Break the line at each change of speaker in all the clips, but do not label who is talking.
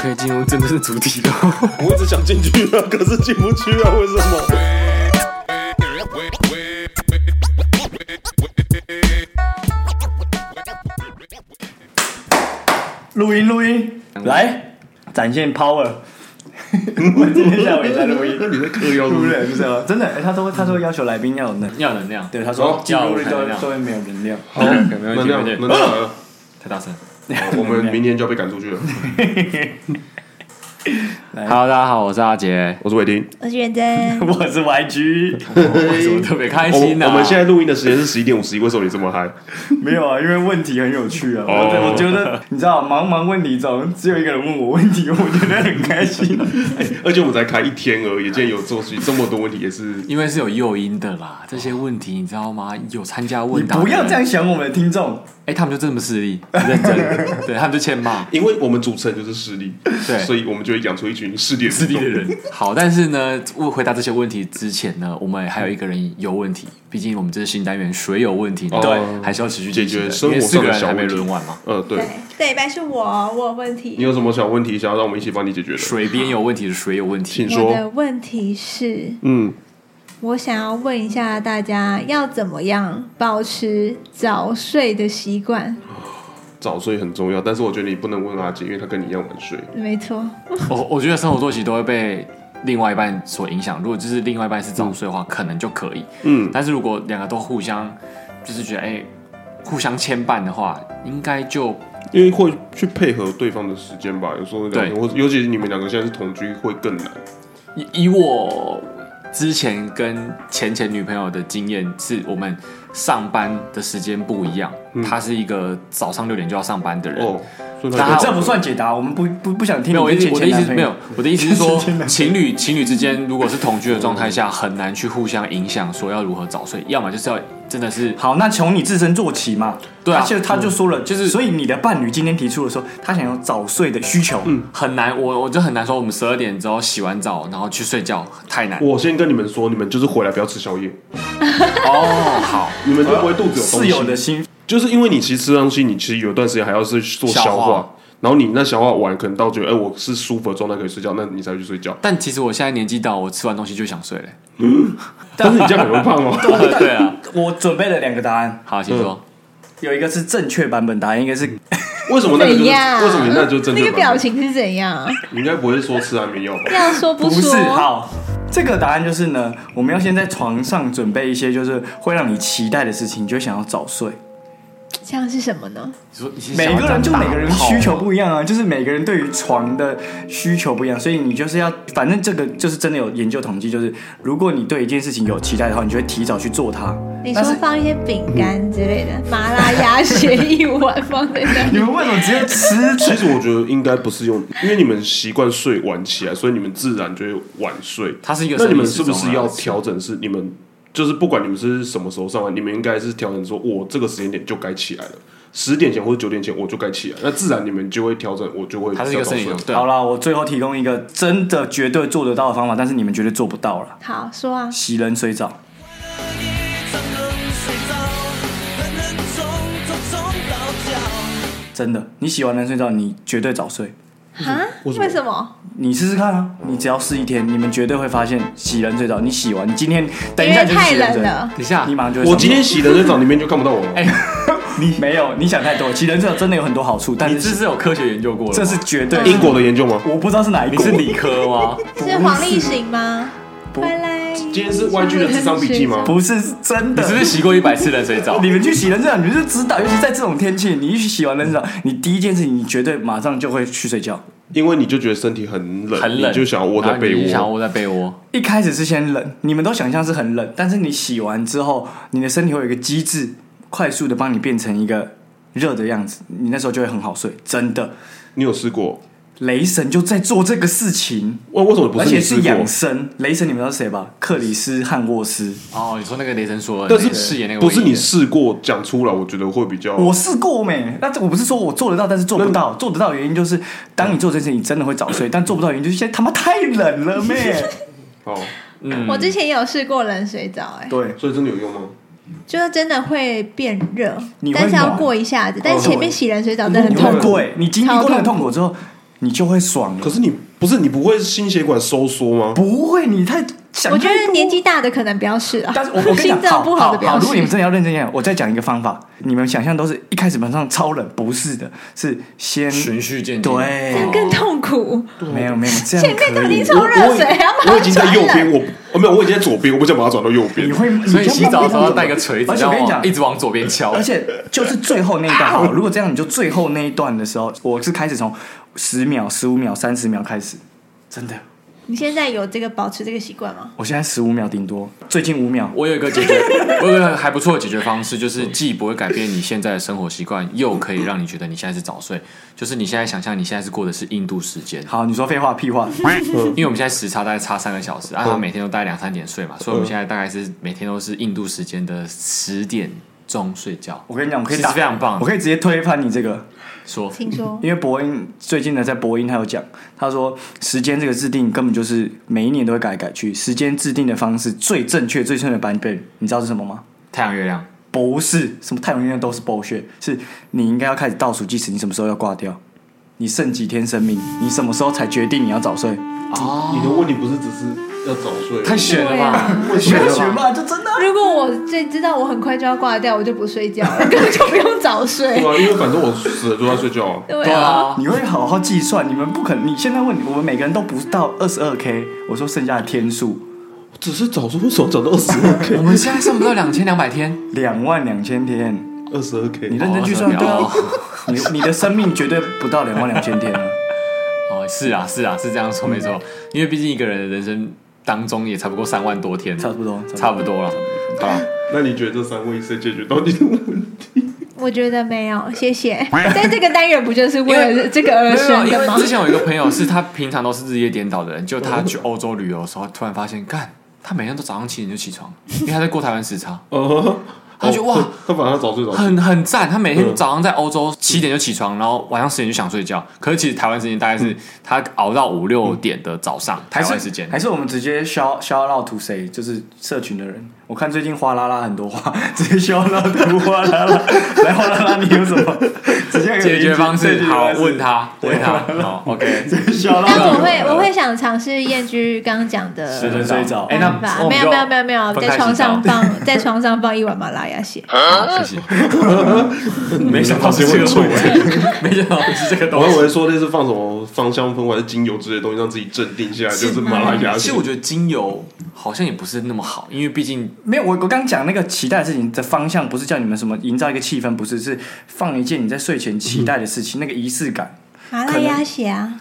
可以进入真正的主题了。
我一直想进去啊，可是进不去啊，为什么？
录音录音，来展现 power。我今天下午也在录音，
你在嗑药
不是不是哦，真的，哎他都会他都会要求来宾要有能，
要能量，
对他
好
说进入率
要有
都
能量
都会没有能 量。，
好，
OK，没问题
能量
没问题
能量来了，
太大声。
我们明天就要被赶出去了。哎
Hello，大家好，我是阿杰，
我是伟霆，
我是元真
我是 YG，
为什么特别开
我
心呢、啊
我们现在录音的时间是十一点五十一，为什么你这么嗨？
没有啊，因为问题很有趣啊。
哦
我我觉得你知道，茫茫问题中只有一个人问我问题，我觉得很开 心。
而且我们才开一天而已，竟然有做出这么多问题，也是
因为是有诱因的啦，这些问题你知道吗？有参加
你
问答，
不要这样，想我们的听众，
哎、他们就这么势利，认真， 对他们就欠骂，
因为我们主持人就是势力，
对
所以我们就会养出一群势力
势利的。人。好，但是呢，为回答这些问题之前呢，我们还有一个人有问题，毕竟我们这是新单元，谁有问题呢？
对
还是要持续
哦解
进行
决
的
生
因
活
为四
上
个
的
人
小
还没
问题
轮完嘛。
呃，
对
对，
对，一般是我，我有问题。
你有什么小问题想要让我们一起帮你解决的？
水边有问题，水有问
请。
题
我
说。
的问题是，
嗯，
我想要问一下大家，要怎么样保持早睡的习惯？
早睡很重要，但是我觉得你不能问阿杰，因为他跟你一样晚睡。
没错，
我我觉得生活作息都会被另外一半所影响。如果就是另外一半是早睡的话，可能就可以。
嗯，
但是如果两个都互相就是觉得哎、互相牵绊的话，应该就
因为会去配合对方的时间吧，有时候
对
两个，或尤其是你们两个现在是同居，会更难。
以以我之前跟前前女朋友的经验，是我们上班的时间不一样。她是一个早上六点就要上班的人。
哦，所以
那
他
他
这不算解答，我们不不不想听
啊没有，我
你
的
跟前
意我的
前
意思
男
是
朋
没
友
有，我的意思是说，情侣情侣之间如果是同居的状态下，很难去互相影响，说要如何早睡，要么就是要真的是
好，那从你自身做起嘛。
对啊
而且他就说了，
就是
所以你的伴侣今天提出了说，他想要早睡的需求。嗯，
很难，我我就很难说我们十二点之后洗完澡然后去睡觉太难
我先跟你们说，你们就是回来不要吃宵夜，
哦，好。
你们就不会肚子有东
室
西。
啊友的心
就是因为你其实吃东西，你其实有段时间还要是做消
消化
然后你那消化完，可能到觉得，哎、我是舒服的状态可以睡觉，那你才会去睡 觉。
但其实我现在年纪到，我吃完东西就想睡 了。
但是你这样很容易胖哦。
对啊，
我准备了两个答案，
好，请
嗯
说。
有一个是正确版本答案，一个是
为什么那个就是？
怎样？
为什么你那就真的？
那个表？情是怎样？
你应该不会说吃安眠 药吧？
要说不说？
是好。这个答案就是呢，我们要先在床上准备一些就是会让你期待的事情，你就会想要早睡。
像是什么呢？
你说你是
每
想要
个人就
当
每个人
大炮
需求不一样啊，就是每个人对于床的需求不一样，所以你就是要，反正这个就是真的有研究统计，就是如果你对一件事情有期待的话，你就会提早去做它。
你说
但是
放一些饼干之类的，麻辣鸭血一碗放在那
你
里，
们为什么只有吃
其实我觉得应该不是用，因为你们习惯睡晚起来，所以你们自然就会晚睡。
它是一个
那你们是
生理
不
时钟啊
是要调整？是你们就是不管你们是什么时候上班，你们应该是调整说，我这个时间点就该起来了，十点前或者九点前我就该起来，那自然你们就会调整，我就会
它是一
比
个
较早
生理
睡
钟，对 啊
好，啦，我最后提供一个真的绝对做得到的方法，但是你们绝对做不到了。
好说啊，
洗冷水澡，真的，你洗完冷水澡，你绝对早睡。
哈？为什么？
你试试看啊，你只要试一天，你们绝对会发现洗冷水澡，你洗完，你今天等一
因
下
为
就
太
洗冷
冷
水，
了，
等一下
你，马上就会上班。
我今天洗的那澡里面就看不到我了。
哎
你没有，你想太多。洗冷水澡真的有很多好处，但
你这
是
是有科学研究过的吗，
这是绝对
英国的研究吗？
我不知道是哪一
你
个，
是理科吗？
是黄立行吗？拜来，今
天是 YG 的智商笔记 吗
不是是真
你
的
是。不是洗过一百次冷水澡？
你们去洗冷水澡，你们就知道，尤其在这种天气，你一去洗完冷水澡，你第一件事情，你绝对马上就会去睡觉。
因为你就觉得身体很冷，
很冷，
你就想要窝在
然后
被
你就想要
窝。
窝在被窝。
一开始是先冷，你们都想象是很冷，但是你洗完之后，你的身体会有一个机制，快速的帮你变成一个热的样子，你那时候就会很好睡，真的。
你有试过？
雷神就在做这个事情，
为为什么不
而
是
且
你
是
试过
养？生。雷神你们知道是谁吧？克里斯汉沃斯。
哦，你说那个雷神索尔，
但是
饰演那个
不是
唯一
你
的
试过讲出来，我觉得会比较。
我试过没？那这我不是说我做得到，但是做不到。做得到的原因就是，当你做这件事，你真的会早睡；但做不到的原因就是现在他妈太冷了 妹。
哦，
嗯
我之前也有试过冷水澡、哎，
对，
所以真的有用吗？
就是真的会变热
你，会
但是要
暖哦
过一下子，但是前面洗冷水澡真的很
你
痛
会
苦。
跪，你经历过那个痛苦之后，你就会爽
可
了。
是你不是你不会心血管收缩吗？
不会，你太想
我觉
太
得
多
年纪大的可能不要试啊，
但是我我跟你讲，
心脏不
好
的不
好
要
如果你们
试。
真的要认真讲，我再讲一个方法。你们想象都是一开始马上超冷，不是的，是先
循序渐进。
对
这样更痛苦，
没有没有哦这样
前面
可
都已
以
经。冲热
我
水，还要把
我
它
已经在
转
右
了
边，我哦我没有，我已经在左边，我不想把它转到右边
你。会，你
所以
就
洗澡的时候
慢慢
要带个锤子，
而且我跟你讲
然后，一直往左边敲
而。且就是最后那一 段，好，如果这样，你就最后那一段的时候，我是开始从十秒、十五秒、三十秒开始，真的，
你现在有这个保持这个习惯吗？
我现在十五秒顶多，最近五秒，
我有一个解决， 我有一个还不错的解决方式，就是既不会改变你现在的生活习惯，又可以让你觉得你现在是早睡。就是你现在想象你现在是过的是印度时间，
好，你说废话屁话，
嗯
因为我们现在时差大概差三个小时，啊，他每天都大概两三点睡嘛，
嗯
所以我们现在大概是每天都是印度时间的十点钟睡觉。
我跟你讲，我可以
其实
打
非常棒
我可以直接推翻你这个，
说
听说
因为博音最近呢，在博音他有讲，他说时间这个制定根本就是每一年都会改来改去，时间制定的方式最正确、最正确的版本，你知道是什么吗？
太阳、月亮，
不是，什么太阳月亮都是 bullshit，是你应该要开始倒数计时，你什么时候要挂掉，你剩几天生命，你什么时候才决定你要早睡？
你的问题不是只是要早睡，
太悬了吧！
我学学嘛，就 真的
如果我最知道我很快就要挂掉，我就不睡觉 了，根本就不用早睡
对。啊，因为反正我死了就要睡觉啊。
对
对
啊，
啊，
你会好好计算，你们不肯。你现在问我们每个人都不到二十二 k，我说剩下的天数
只是早睡，为什么涨到二十二 k？
我们现在剩不到两千两百天，
两万两千天，
二十二 k，
你认真计算，
哦
对啊
哦，
你你的生命绝对不到两万两千天啊。
哦，是啊，是啊，是这样
嗯
说没错，因为毕竟一个人的人生当中也差不多三万多天，
差不多
差不多了。好吧，
那你觉得这三位谁解决到你的问题？
我觉得没有，谢谢。但这个单元不就是为了这个
没
而
有，
生
因
的
为
吗
之？前有一个朋友是他平常都是日夜颠倒的人，就
哦
他去欧洲旅游的时候，突然发现，干，他每天都早上七点就起床，因为他在过台湾时差，
哦，
他觉得哇，
他反正早睡早起，
很很赞。他每
嗯
天早上在欧洲七点就起床，然后晚上十点就想睡觉。可是其实台湾时间大概是他熬到五六点的早上，台
嗯还
湾
是
时间
还。是我们直接消消绕图谁？就是社群的人。我看最近哗啦啦很多话， 直接消绕图哗啦啦，来哗啦啦，你有什 么直接有
解决方
对
式
解决
好
方，式啊
问他，问他，好，OK。
直接消
但
绕
我
图。
会，我会想尝试燕居刚刚讲的
是
的睡着
哎，那
办法。
我们
没
就
有没有没有没有，
分
在
开
床
洗澡
上放，在床上放一碗马拉雅血。
啊
好，谢 谢。没想到是
这
这
个
个
错
错，。 没想到是这个
我
东
还以
西。
为说那是放什么芳香氛或还是精油之类的东西，让自己镇定下来，就是马拉雅
嗯其
血
实。我觉得精油好像也不是那么好，因为毕竟
没有，我我刚讲那个期待的事情的方向，不是叫你们什么营造一个气氛，不是是放一件你在睡前期待的事
嗯
情，那个仪式感。
马拉雅血啊，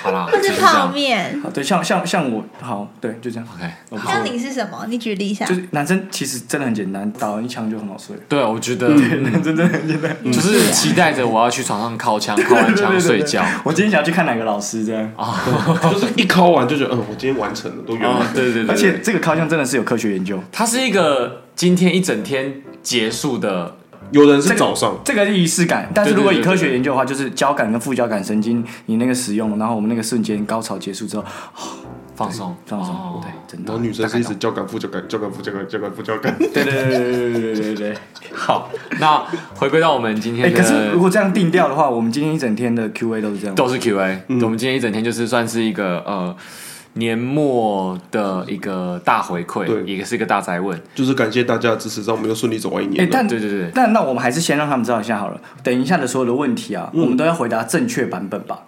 好啦，
或
就是是这
泡
样。
面。
好，对，像像像我，好，对，就这样。
OK，
像你是什么？你举例一下
就。是男生其实真的很简单，打完一枪就很好睡了。
对，啊我觉得
男生真的很简单。
就是期待着我要去床上靠枪，靠完枪睡觉。
我今天想要去看哪个老师这样。
就是一敲完就觉得，嗯，我今天完成了，都圆
哦，
满。
对对对，
而
对
且这个靠向真的是有科学研究，
它是一个今天一整天结束的，
有人是早上，
这个是仪式感。但是如果以
对对对
科学研究的话，就是交感跟副交感神经你那个使用，然后我们那个瞬间高潮结束之后
放松，
放松，
哦
对，真
然
的
后，女生是一直交感副交感，交感副交感，交感副交感。
对对对对对对对对对。
好，那回归到我们今
哎，
天
可是如
的。
果这样定调的话，我们今天一整天的 Q A 都是这样。
都是 Q&A，、我
嗯
们今天一整天就是算是一个呃年末的一个大回
对
馈，也是一个大宅问。
就是感谢大家的支持，让我们又顺利走完一
哎
年，了。
但
对对对
但那我们还是先让他们知道一下好了。等一下的所有的问题
嗯
啊，我们都要回答正确版本吧。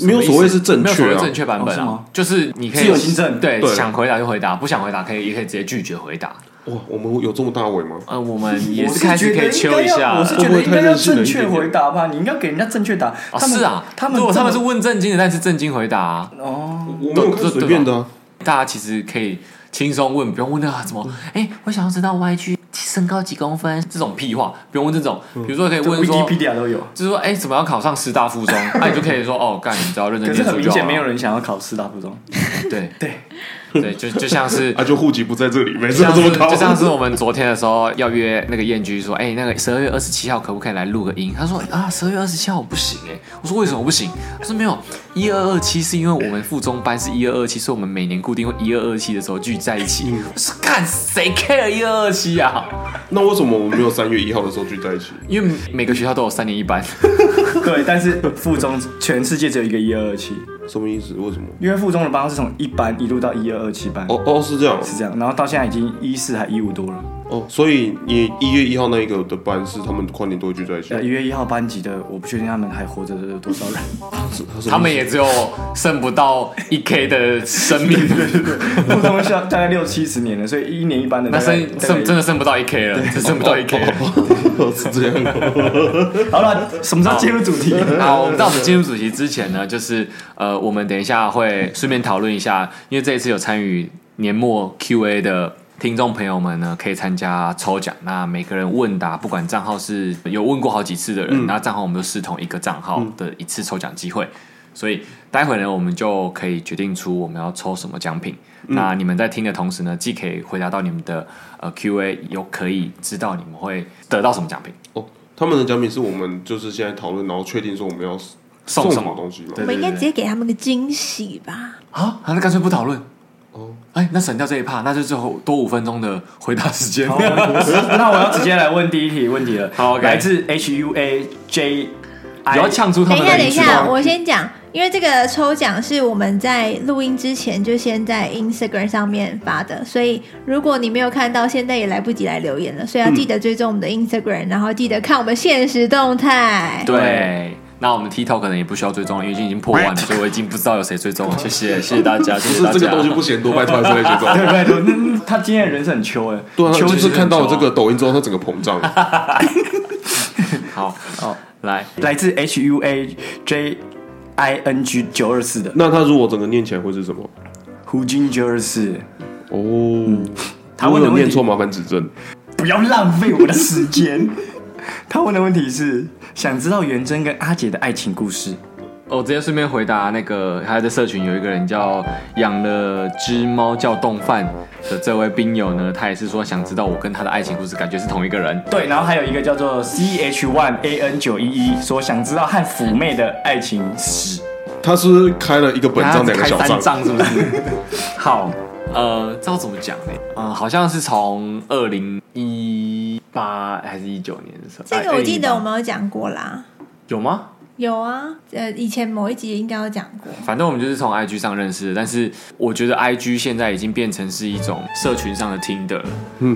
没有所谓是正
没有所
确
谓
啊
正。确版本
哦是吗
啊，就是你可以
自由行政
对
对，
想回答就回答，不想回答可以也可以直接拒绝回答。
哇，我们有这么大尾吗？
呃，我们也
我
是开始可以
觉得
秋
应该
一
要
下哦
我
了。
是觉得
会不会
应
太
该要
认识
正
人一点
确回答吧，你应该给人家正确答。
哦，
他们
是啊，
他们
如果
这
他
么
们是问正经的，但是正经回答啊、
哦，
我没有看随便的啊。
大家其实可以轻松问，不用问那个什么，
嗯
哎、我想要知道 Y 区身高几公分这种屁话，不用问这种。比如说可以
这
问
嗯
说，
Wikipedia 都有。
就是说，哎、怎么样考上师大附中？那、你就可以说，哦，干，你只要认真
可
念
是很
书
明
就好
显，
了。
没有人想要考师大附中。
对
啊对
对，就就像是
啊，就户籍不在这里，没
就
事
像
这么
是
高。
就像是我们昨天的时候要约那个燕居说，哎、那个十二月二十七号可不可以来录个音？他说啊，十二月二十七号我不行哎、我说为什么不行？他说没有，一二二七是因为我们附中班是一二二七，所以我们每年固定会一二二七的时候聚在一起。
嗯
我说看谁 care 一二二七啊？
那为什么我们没有三月一号的时候聚在一起？
因为每个学校都有三年一班，
对，但是附中全世界只有一个一二二七，
什么意思？为什么？
因为附中的班是从一班一路到一二二七班，
哦哦，是这样
是这样，然后到现在已经一四还一五多了。
哦，所以你一月一号那一个的班是他们跨年都会聚在一起
呃，，一月一号班级的，我不确定他们还活着的有多少人。
是是
他们也只有剩不到一 k 的生命，
附中校大概六七十年了，所以一年一班的
那
大概
剩剩
大概
真的剩不到一 k 了，只剩不到一 k 了。
是这样哦。
好了，什么时候进入主题？
好，我们在我们进入主题之前呢，就是呃，我们等一下会顺便讨论一下，因为这一次有参与年末 Q&A 的听众朋友们呢，可以参加抽奖。那每个人问答，不管账号是有问过好几次的人，那账、号我们就视同一个账号的一次抽奖机会。所以待会呢，我们就可以决定出我们要抽什么奖品。那你们在听的同时呢，既可以回答到你们的呃 Q&A，又可以知道你们会得到什么奖品，
哦，他们的奖品是我们就是现在讨论，然后确定说我们要
送什
什
么
么东西吗？
对
我们应该直接给他们个惊喜吧？
啊，那干脆不讨论。
哦，
哎，那省掉这一趴，那就最后多五分钟的回答时间。
好那我要直接来问第一题问题了。
好，OK
来自 H U A J
你
I，
要呛出他
等
们
一
的名
下，等一
字
下，
吗？
我先讲，因为这个抽奖是我们在录音之前就先在 Instagram 上面发的，所以如果你没有看到，现在也来不及来留言了，所以
嗯
要记得追踪我们的 Instagram，、然后记得看我们现实动态。
对，那我们 TikTok 可能也不需要追踪了，因为已经破万了，所以我已经不知道有谁追 踪了。谢谢，谢谢大家，
不
谢谢
是
大家。
这个东西不嫌多，拜托还是那些
对对对，那他今天人是很秋哎，
对啊，
秋
就是
之
看到
很秋
这个抖音之后，他整个膨 胀。
好，
哦，
来，
来自 H U A J I N G 九二四的
那他如果整个念起来会是什么？
胡金九二四，
哦，
他
如果
问的
有
问
念
题
错，麻烦指正。
不要浪费我的时间。 他问的问题是想知道元真跟阿杰的爱情故事。
我直接顺便回答那个他的社群有一个人叫养了只猫叫冻饭的这位兵友呢，他也是说想知道我跟他的爱情故事，感觉是同一个人。
对，然后还有一个叫做 C H One A N 九一一，说想知道和腐妹的爱情史。
他是开了一个本
他
账，两个
开
小
三
账。
仗是不是？
好，
呃，知道怎么讲呢？嗯、好像是从二零一八还是一九年的时候，
这
哎
个我记得
2018
我们有讲过啦，
有吗？
有啊，呃，以前某一集应该有讲过。
反正我们就是从 IG 上认识的，但是我觉得 IG 现在已经变成是一种社群上的 Tinder 了，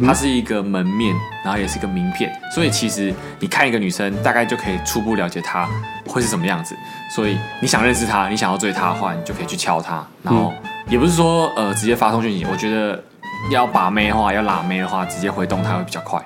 它是一个门面，然后也是一个名片，所以其实你看一个女生，大概就可以初步了解她会是什么样子。所以你想认识她，你想要追她的话，你就可以去敲她，然后也不是说呃直接发通讯息，我觉得要把妹的话，要拉妹的话，直接回动态会比较快。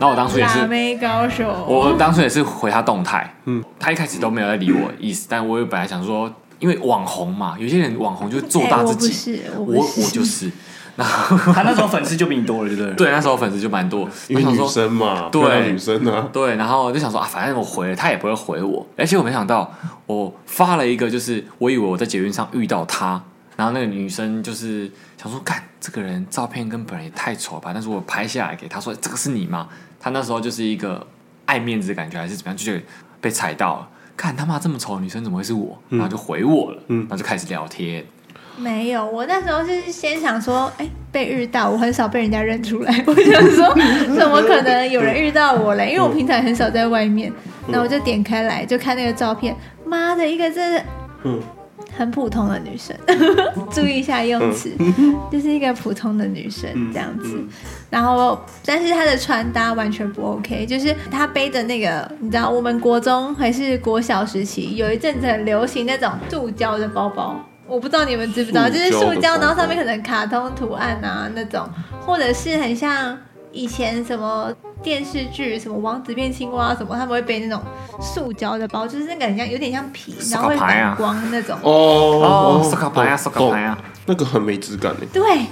然后我当初也是
辣妹高手，
我当初也是回他动态，嗯，他一开始都没有在理我的意思，但我也本来想说，因为网红嘛，有些人网红就是做大
哎
自
我不
己，
是，我
我
不是，
我就是，
他那时候粉丝就比你多了，对不对？，
对，那时候粉丝就蛮多，
因
我
为
想
女
说
生嘛，
对
漂亮女生啊，
对，然后我就想说啊，反正我回了，他也不会回我。而且我没想到，我发了一个，就是我以为我在捷运上遇到他，然后那个女生就是想说，干这个人照片跟本人也太丑吧，但是我拍下来给他说，这个是你吗？他那时候就是一个爱面子的感觉还是怎么样，就觉得被踩到了。看他妈这么丑的女生怎么会是我？然后
嗯
就回我了，然后就开始聊天。
没有，我那时候是先想说，哎，被遇到，我很少被人家认出来， 我想说，怎么可能有人遇到我嘞？因为我平常很少在外面，那我就点开来就看那个照片，妈的，一个真的
嗯，
很普通的女生， 注意一下用词，
嗯
就是一个普通的女生这样子。然后，但是她的穿搭完全不 OK，就是她背着那个，你知道，我们国中还是国小时期，有一阵子很流行那种塑胶的包包。我不知道你们知不知道，
塑胶的
就是塑胶，
包包
然后上面可能卡通图案啊那种，或者是很像以前什么电视剧什么王子变青蛙什么，他们会背那种塑胶的包，就是那个很像有点像皮，然后会
塑胶牌啊
反光那种。
哦
手卡牌啊，手卡牌啊，
那个很没质感欸诶。
对，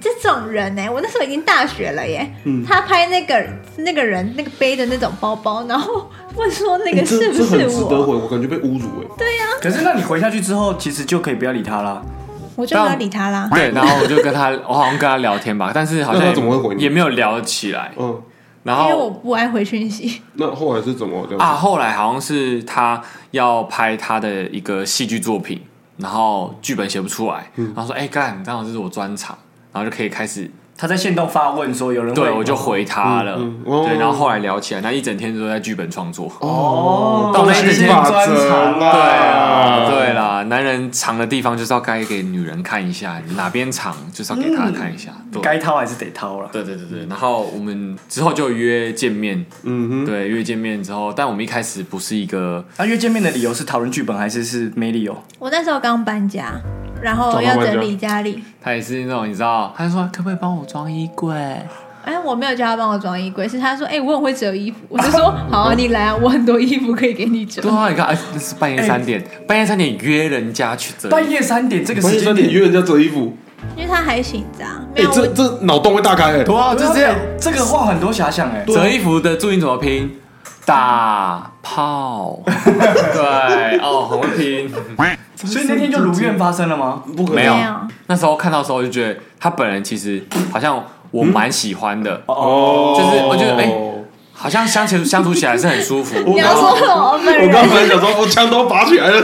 这种人呢、我那时候已经大学了耶。
嗯
他拍那个那个人那个背的那种包包，然后问说那个
哎欸这
是不
这
是
很值得
我，
回，我感觉被侮辱欸诶。
可是那你回下去之后，其实就可以不要理他啦。
我就没有理他啦。
对，然后我就跟他，我好像跟他聊天吧，但是好
那
像
他
也
怎么会回你
也没有聊起来。
嗯，
然
因
后
为我不爱回讯息，
那后来是怎么的？
啊，后来好像是他要拍他的一个戏剧作
嗯
品，然后剧本写不出来，然后说：“哎、干，刚好这是我专场。”然后就可以开始
他在线动发问说有人会
对我就回他了，
嗯嗯哦
对，然后后来聊起来，他一整天都在剧本创作。
哦，
到
我
那
们
一
已
天
经专场
对
了
啊，对啦，男人长的地方就是要该给女人看一下，哪边长就是要给她看一下。
嗯
对，
该掏还是得掏了。
对对对对。然后我们之后就约见面，
嗯哼，
对，约见面之后，但我们一开始不是一个
那约见面的理由是讨论剧本还是是没理由？
我那时候刚搬家，然后要整理家里。
他也是那种你知道，他就说可不可以帮我装衣柜？
哎，我没有叫他帮我装衣柜，是他说：“哎、我很会折衣服。”我 就说：“好、啊，你来啊，我很多衣服可以给你 折。
对啊，你看，哎，那是半夜
哎
三点，半夜三点约人家去这
半
里，
夜三点这个
半
时
夜
间
三点
点，
约人家折衣服，”
因为他还啊紧张，没
哎
有、，
这这脑洞会大开哎，
哇，就
啊就
这
这
样
样，，这个话很多遐想哎。
折衣服的注音怎么拼？打 炮，对，哦，很会拼。
所以那天就如愿发生了吗？
不可
没有
没有，
那时候看到的时候就觉得他本人其实好像我蛮喜欢的，
哦，
就是我觉得哎好像相处相处起来是很舒 服。
你要说什么本
我
人？
刚才想说，我枪都拔起来了，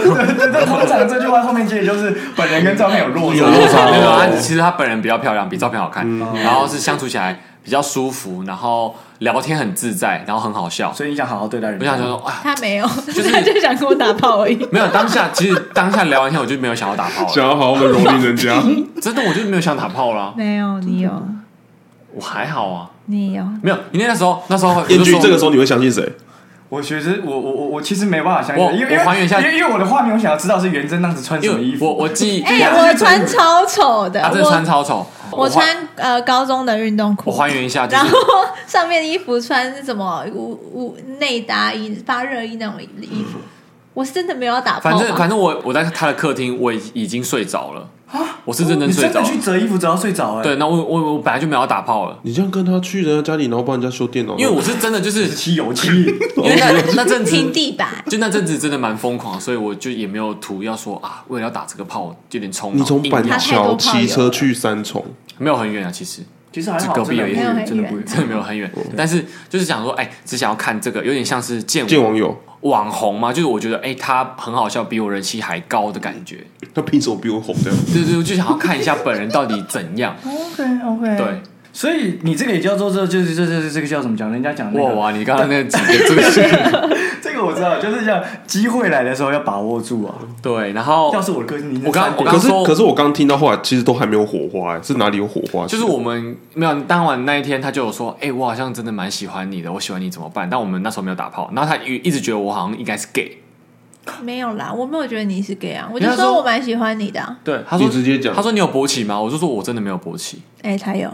那通常这句话后面接的就是本人跟照片有落
有
差。
落差，没有他其实他本人比较漂亮，比照片好看，然后是相处起来比较舒服，然后聊天很自在，然后很好笑。
所以你想好好对待人
我
家
想说，啊，
他没有，
是
他就想跟我打炮而已。
没有当下，其实当下聊完天我就没有 想要打炮
啊
了，
想要好好的蹂躏人家，
真的我就没有想打炮了，啊
没有，你有，
我还好啊，
你有。
没有，因为那时候那 时候我就
燕君
说
这个时候你会相信谁？
我其实我我我我其实没办法相信
我，
因为
我还原一下
因为因为我的画面，我想要知道是元真当时穿什
因
么衣
为
服。
我我记忆，
哎、
呀
我穿超丑的，
他真的啊穿超丑，
我我
还
穿呃高中的运动裤，
我还原一下，就
然
是
后 上面衣服穿是什么无无内搭衣、发热衣那种衣服，我是真的没有要打炮
嗯反
吧，
正反正我我在他的客厅，我已已经睡着了，我是认真
啊你
睡
真
着
的
了。
去哦折衣服折到睡着哎。
对，，那我我我本来就没有要打炮了，
你这样跟他去人家家里，然后帮人家修电脑，
因为我是真 的就是
漆油漆。
因为那那阵子
平地板。
就那阵子真的蛮疯狂，所以我就也没有图要说啊，为了要打这个炮，我有点冲脑。
你从板
硬要
桥骑车去三重，
没有很远啊，其实
其实还
好
好，
隔壁
真的
真的而已
没有很
真的不
远
真的没有很远，但是就是想说，哎，只想要看这个，有点像是见
见网友，
网红嘛，就是我觉得哎，他很好笑，比我人气还高的感觉。
他凭什么比我红的？
对对，我就想要看一下本人到底怎 样。
OK OK。
对，，
所以你这个也叫做这就是这这这个叫怎么讲？人家讲那
哇
个
哇，你刚刚那几个主持人，
这个我知道，就是讲机会来的时候要把握住啊。
对，然 后
要是我的个性，你
我刚我
可
刚
是
说
可是我刚听到后来，其实都还没有火花，哎，是哪里有火花？
就是我们没有当晚那一天，他就有说：“哎、我好像真的蛮喜欢你的，我喜欢你怎么办？”但我们那时候没有打炮，然后他一一直觉得我好像应该是 gay。
没有啦，我没有觉得你是 gay 啊，我
人
就
家说
说我蛮喜欢你的啊、
对，他说
你直接讲
他说你有勃起吗？我就说我真的没有勃起，
哎、他有，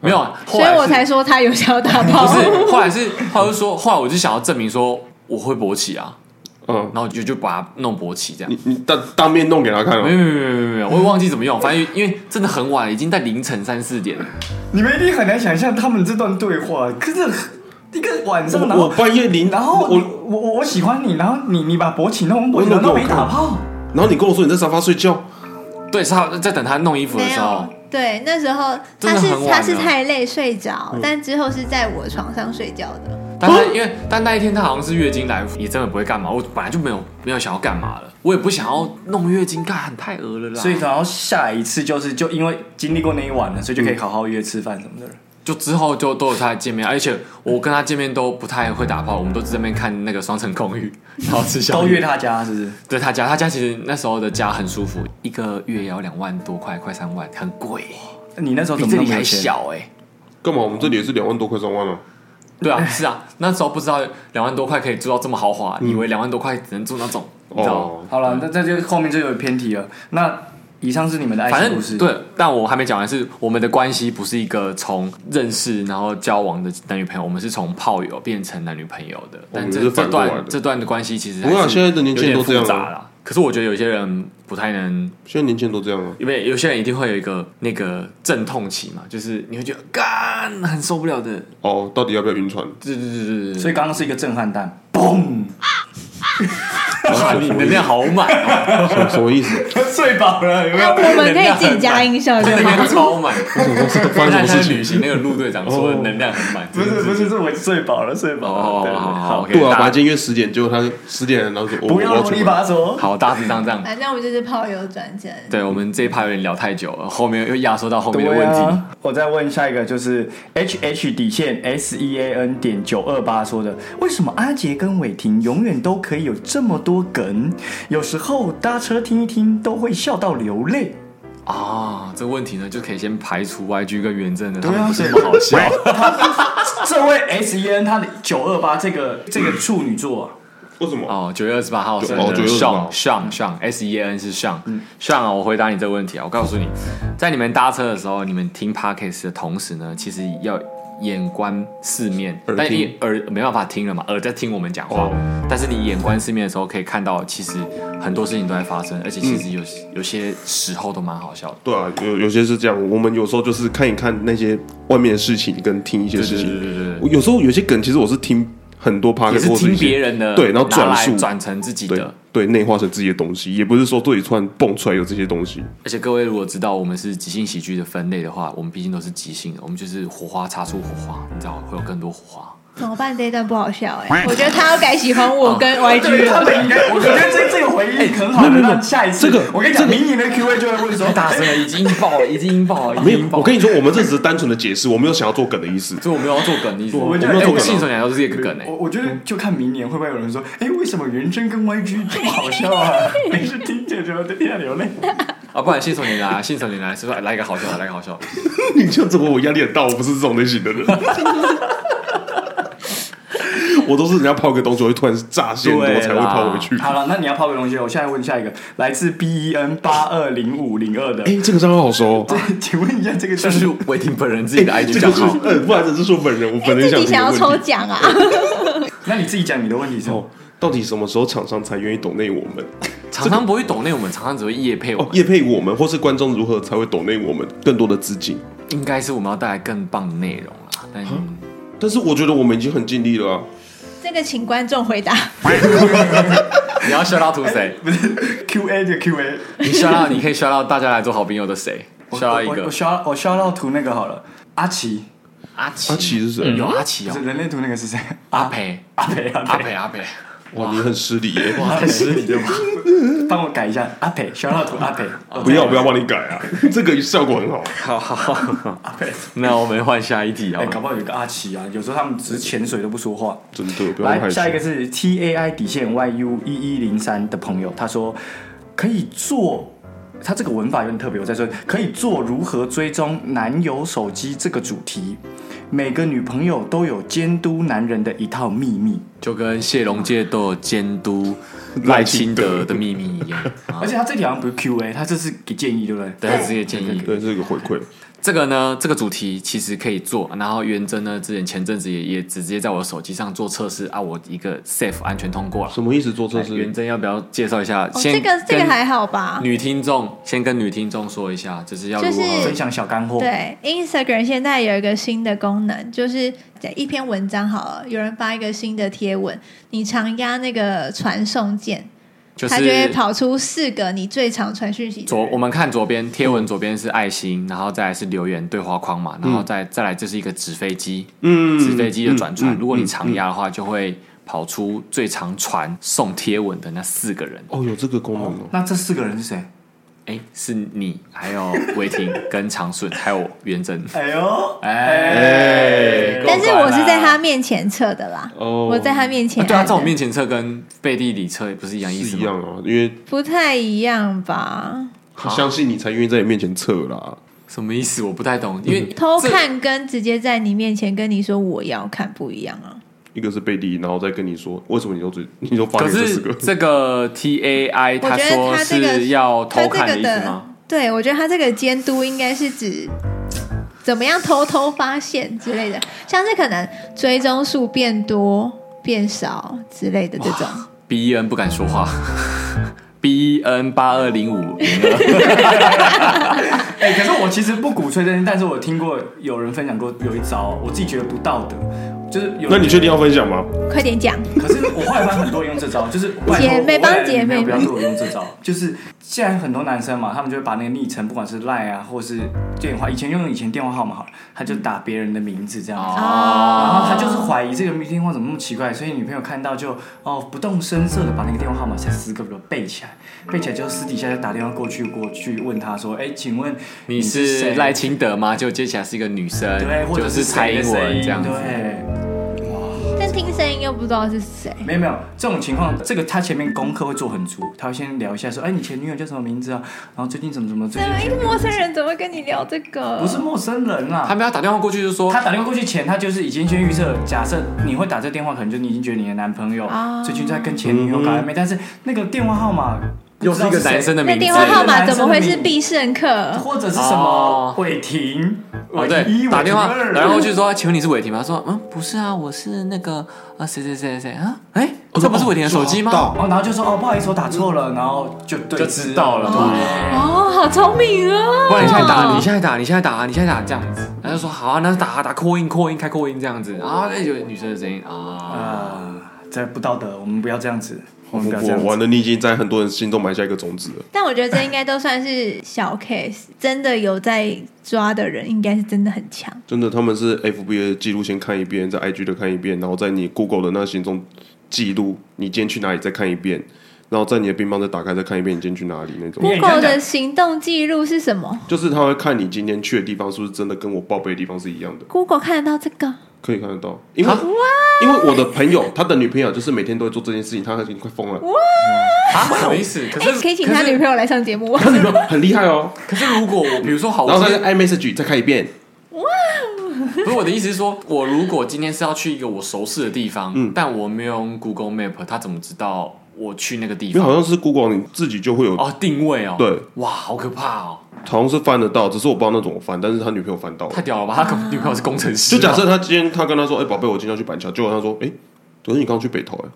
没有啊。后
哦所以
来是
我才说他有想要打炮。
不是，后来是后来就说，后来我就想要证明说我会勃起啊，
嗯，
然后我就就把它弄勃起这样
你。你当当面弄给他看哦。
没有没有没有没有没有，我也忘记怎么用，反正因为真的很晚，已经在凌晨三四点了。
你们一定很难想象他们这段对话，可是一个晚上，然
我我
后
半夜零，
然后
我
你，我我我喜欢你，然后你你把勃起弄勃起，
我
然
弄给
后
我
没打
看
炮，
然后你跟我说你在沙发睡觉，
对，是他在等他弄衣服的
没
时候
有，，对，那时候
哦真
他
的
是
很晚嗯啊
他是太累睡着，但之后是在我床上睡觉的。
但是因为但那一天她好像是月经来，也真的不会干嘛。我本来就没有没有想要干嘛了，我也不想要弄月经，干太恶了啦。
所以然后下一次就是就因为经历过那一晚了，所以就可以好好约吃饭什么的了。
就之后就都有她见面，而且我跟她见面都不太会打炮，我们都在那边看那个双层公寓，然后吃宵
都约
夜。
他家是不是？
对她家，她家其实那时候的家很舒服，一个月也要两万多块，快三万，很贵，
你那时候
比
怎么
这
那
里
么有
还
钱？
小哎、
干嘛？我们这里也是两万多块三万啊。
对 啊，是啊，那时候不知道两万多块可以住到这么豪华，以为两万多块只能住那种，你知道吗？
嗯哦，
好了，那这就后面就有偏题了。那以上是你们的爱
反
情故事，
正，对，但我还没讲完是，我们的关系不是一个从认识然后交往的男女朋友，我们是从炮友变成男女朋友的。但
们
这
哦是
这
反过来
段
的
这段的关系其实
不过啊
还是
现在的年轻人都
有点
这样
复杂
啊
啦。可是我觉得有些人不太能，
现在年轻人都这样啊。
因为有些人一定会有一个那个阵痛期嘛，就是你会觉得干很受不了的。
哦， 到底要不要晕船？
对对对对对对，
所以刚刚是一个震撼弹，嘣！
哇，你能量好满哦，
什么什么意 思？
睡饱了有没有？
啊我们可以自己加音效，对
能
吗
量？超满。
发生什么
他
事
去旅
情？
行那个陆队长说能量很满，
不是不是，是我睡饱了，睡饱了。对对
哦，
对
好好
好，
，OK，
对啊，
大
本来今天约十点，结果他十点了，然后说我
不
我
要
要
啰
出
里
门。
吧嗦。
好大致上这样。
反正我就是炮友转正。
对我们这一趴有点聊太久了，后面又压缩到后面的
对
问题。
啊，我再问下一个，就是 H H 底线 S E A N 点九二八说的，为什么阿杰跟伟霆永远都可以有这么多梗？有时候搭车听一听都会笑到流泪。
啊，这问题呢就可以先排除 YG 跟元正的，他
啊
们不是那么好笑。
这位 S E A N 他的九二八这个这个处女座、啊，
为什么？
哦，九月二十八号生
哦9
的
月28
上
号
上上 S E A N 是上上啊！我回答你这个问题啊，我告诉你，在你们搭车的时候，你们听 podcast 的同时呢，其实要眼观四面，
耳
但
听
你耳没办法听了嘛，耳在听我们讲话，但是你眼观四面的时候，可以看到其实很多事情都在发生，而且其实有、有些时候都蛮好笑的。
对啊，有有些是这样，我们有时候就是看一看那些外面的事情，跟听一些
对
事
对对
情。
对对
我有时候有些梗，其实我是听很多 p o
也
d
是
c a
听别人的，
对然后转
拿来
述
转成自己
对
的。
对内化成自己的东西，也不是说自己突然蹦出来有这些东西。
而且各位如果知道我们是即兴喜剧的分类的话，我们毕竟都是即兴的，我们就是火花擦出火花，你知道会有更多火花。
怎么办？这一段不好笑哎、 我觉得他要改喜欢我跟
哦
YG
他
了。
们应该，我觉得这这个回忆很好的，让下一次
这个
我跟你讲，明年的 Q A 就会问说，
大声了，已经引爆了，已经引爆了，已
没
经
有
引，爆
我
了。
跟你说，我们这只是单纯的解释，我没有想要做梗的意思。
所以我没有要做梗，你
我们就
哎
要做梗
我
啊
信手拈来都是一个梗哎、
我我觉得就看明年会不会有人说，哎、为什么原声跟 YG 这么好笑啊？ 每次听着就听到 流泪。
啊，不然信手拈来啊，信手拈来，是不是来一个好笑的，来一个好笑的？
你这样子，我我压力很大，我不是这种类型的 人。我都是人家抛个东西，我会突然炸线，我
对啦
才会抛回去。
好了，那你要抛个东西，我现在问下一个，来自 B E N 八二零五零二的，
哎，这个账号好熟哦，
这 请问一下这个
就
就是
伟霆本人自己的 IG
这
账
个是
号。
呃，不然只是说本人，我
哎
本人
自
想
己
提的
哎想要
问
抽
题。哦
奖啊！
那你自己讲你的问题是什么？
到底什么时候厂商才愿意懂内我们？
常常不会懂那我们，常常只会夜配我
哦
们，，
业配我们，或是观众如何才会懂内我们更多的资金？
应该是我们要带来更棒的内容啦。但
但是我觉得我们已经很尽力了啊。
这个请观众回答。
你要 shout out to 谁？
不是 Q A 的 Q A，
你 shout out，你可以 shout out 大家来做好朋友的谁？shout out 一
我我
个
我刷我刷到图那个好了，阿奇，
阿奇，
阿奇是谁
有阿奇
不
哦
是，人类图那个是谁？
阿培，
阿培阿
阿
培，
培，阿培，
哇，你很失礼耶！
太失礼了吧？
帮我改一下阿培，刷到图阿培，
不要不要帮你改啊，这个效果很好。啊
好好好，
阿培。
那我们换下一题好
哎、
吗
搞？不好有个阿奇啊，有时候他们只是潜水都不说话。
真的，不要害
来，
羞。
下一个是 T A I 底线 Y U 一一零三的朋友，他说可以做，他这个文法有点特别，我再说，可以做如何追踪男友手机这个主题。每个女朋友都有监督男人的一套秘密，
就跟谢龙介都有监督赖
赖
清
清
德
德
的秘密 一样，啊
而且他这条好像不是 Q A，他这是给建议，对不对？
对，他直接建议。
对这个回馈，
这个呢，这个主题其实可以做。然后元真呢，之前前阵子也也直接在我手机上做测试啊，我一个 safe 安全通过了。
什么意思？做测
哎
来元
试？
真要不要介绍一下？
哦，
先
这个这个
跟
还好吧？
女听众先跟女听众说一下，就是要如
就是
何
分享小干货。
对，Instagram 现在有一个新的功能，就是一篇文章好了，有人发一个新的贴文，你常压那个传送键，
就
它就会
是
跑出四个你最常传讯息的
左
人
我们看左边贴
嗯
文，左边是爱心，然后再来是留言对话框嘛，然后再再来这是一个纸飞机，
嗯
纸飞机的转传。
嗯嗯
如果你常压的话，就会跑出最常传送贴文的那四个人。
哦，有这个功能哦。
那这四个人是谁？
哎，是你，还有伟霆跟常顺，还有元真。
哎呦，
哎，
但是我是在他面前测的啦，
哦
我在他面前
啊
按的、
对啊，在我面前测跟背地里测不是一样意思
是
吗
一？样啊，因为
不太一样吧？
他相信你才愿意在你面前测啦。
什么意思？我不太懂，因
嗯
为
偷
这
看跟直接在你面前跟你说我要看不一样啊。
一个是背地，然后再跟你说为什么你都只你都发
可
给这
是
四个，
这个 T A I
我
他
觉得
说
他这个
是要
他
偷
这
看
个
意思吗？
对我觉得他这个监督应该是指怎么样偷偷发现之类的，像是可能追踪数变多、变少之类的这种。
B E N 不敢说话。B E N 八二零五零二，
哎、可是我其实不鼓吹这件事，但是我听过有人分享过有一招，我自己觉得不道德，就是有人
那你确定要分享吗？
快点讲，
可是我后来发现很多人用这招，就是拜托
姐妹帮
我后来
姐
没
妹
有不要对我用这招，就是现在很多男生嘛，他们就会把那个昵称，不管是 Line 啊，或是电话，以前用以前电话号码好了，他就打别人的名字这样
哦
子。然后他就是怀疑这个电话怎么那么奇怪，所以女朋友看到就哦不动声色的把那个电话号码才四个都背起来，背起来就私底下就打电话过去过去问他说，哎，请问
你是
谁
赖清德吗？就接起来是一个女生，
对，或者
就是蔡
谁的
英文
声音
这样子。
对。
但听声音又不知道是谁。
没有没有这种情况，这个他前面功课会做很足，他会先聊一下说，哎，你前女友叫什么名字啊？然后最近怎么怎么，最
怎么一个
近
哎陌生人怎么会跟你聊这个？
不是陌生人啦、
他们要打电话过去就说
他打电话过去前，他就是已经先预设，假设你会打这电话，可能就你已经觉得你的男朋友、
啊
最近在跟前女友搞暧昧，但是那个电话号码不知道
这个
谁
男生的
那
名字
电，话号码怎么会是
对
必胜客？
或者是什么
哦
伟霆，
哦
伟霆一
对，打电话，
伟霆二
然后就说请问你是伟霆吗？他说嗯不是啊，我是那个呃谁谁谁谁谁啊，哎这不是伟霆的手机吗？
到
哦，然后就说哦不好意思，我打错了，然后就对
就知道了
对
哦，好聪明哦！
不然你现在打，你现在打，你现在打，你现在打这样子，然后就说好啊，那就打打扩音扩音开扩音这样子啊，那有女生的声音啊，
啊，这不道德，我们不要这样子，我
我
们不要这样子。
完了，你已经在很多人心中埋下一个种子了。
但我觉得这应该都算是小 case，真的有在抓的人，应该是真的很强。
真的，他们是 FB 的记录先看一遍，在 IG 的看一遍，然后在你 Google 的那个行踪记录，你今天去哪里再看一遍，然后在你的乒乓再打开再看一遍，你今天去哪里那种。
你也这样
Google
讲
的行动记录是什么
就是他会看你今天去的地方是不是真的跟我报备的地方是一样的，
？Google 看得到这个？
可以看得到。因为因为我的朋友，他的女朋友就是每天都会做这件事情，他已经快疯了。
啊什么意思？可
哎，
是
可以请他女朋友来上节目吗
他女朋友很厉害哦，
可是如果我比如说好，
然后
我
他
今
在
天
iMessage 再看一遍，
不是我的意思是说，我如果今天是要去一个我熟识的地方，但我没有用 Google Map，他怎么知道我去那个地
因为好
方？
像是 Google 你自己就会有，
哦，定位哦，
对，
哇，好可怕哦，
好像是翻得到，只是我不知道那种翻，但是他女朋友翻到了
太。屌了吧！他女朋友是工程师啊
就
吗，
假设他今天他跟他说，哎、宝贝，我今天要去板桥，结果他说，哎、可是你刚刚去北投、哎，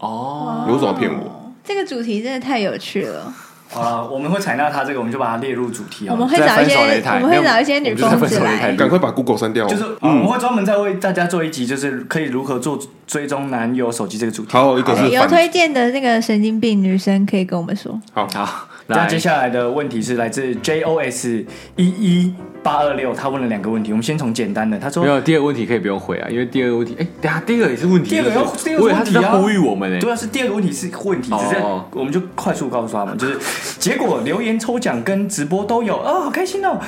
哦，
你为什么要骗我？
这个主题真的太有趣了，
好了，呃我们会采纳他这个，我们就把它列入主题啊。
我们会找一
在分
些
手擂台
我们
没有
会找一些女
我们就
公子
在分手擂
来
台。
赶快把 Google 删掉。哦嗯
就是、呃嗯我们会专门再为大家做一集，就是可以如何做追踪男友手机这个主题。
还有一个是
哎有
反，
推荐的那个神经病女生可以跟我们说。
好，
好，
那
来
接下来的问题是来自 JOS 一一八二六，他问了两个问题，我们先从简单的，他说
没有第二个问题可以不用回啊，因为第二个问题，哎、等一下第二个也是问题，
第二个
对不对
第二个
我
是
以为
问
他
题
是
啊
在呼吁我们呢、
对啊，是第二个问题是问题，
哦
只是我们就快速告诉他们，就是结果留言抽奖跟直播都有，哦，好开心哦。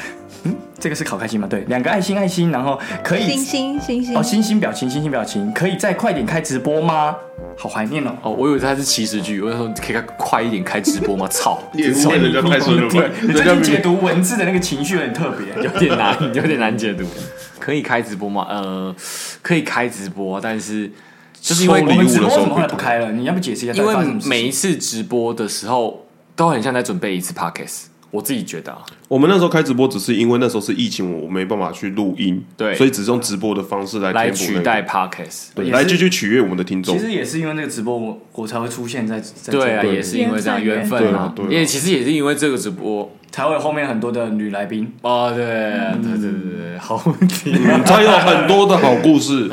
嗯，这个是好开心吗？对，两个爱心爱心，然后可以
星星星星
哦，，星星表情，星星表情，可以再快点开直播吗？好怀念哦。
哦，我以为他是七十句，我想说可以快一点开直播吗？操，
也是人家太深入了，
你
人
最
家
近
明
解
明
读文字的那个情绪很特别。
有点难，有点难解读。可以开直播吗？呃，可以开直播，但是就是因为
收
我
礼
们
物
直
的
播
时候
怎么后来
不
不开了？你要不解释一下到
因
底
为
发生什么事情？
每一次直播的时候都很像在准备一次 podcast，我自己觉得、啊。
我们那时候开直播，只是因为那时候是疫情，我没办法去录音，
对
所以只是用直播的方式来
来
填补那
取
个
代 podcast，
对，
也是
来继续取悦我们的听众
其。实也是因为这个直播，我我才会出现在在
对
这
啊，
里
也是因为这样缘
缘分
分啊，
对啊对啊
因为其实也是因为这个直播
才会有后面很多的女来宾。
哦，对对对对对，好 问题，
嗯，他有很多的好故事，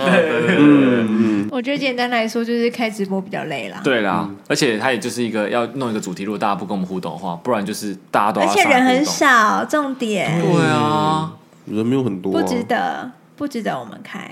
我觉得简单来说就是开直播比较累啦，
对啊啦，而且它也就是一个要弄一个主题，如果大家不跟我们互动的话，不然就是大家都要
而且人很
上
少，重点
来互动。对啊，
人没有很多、
不
啊，
值得，不值得我们开。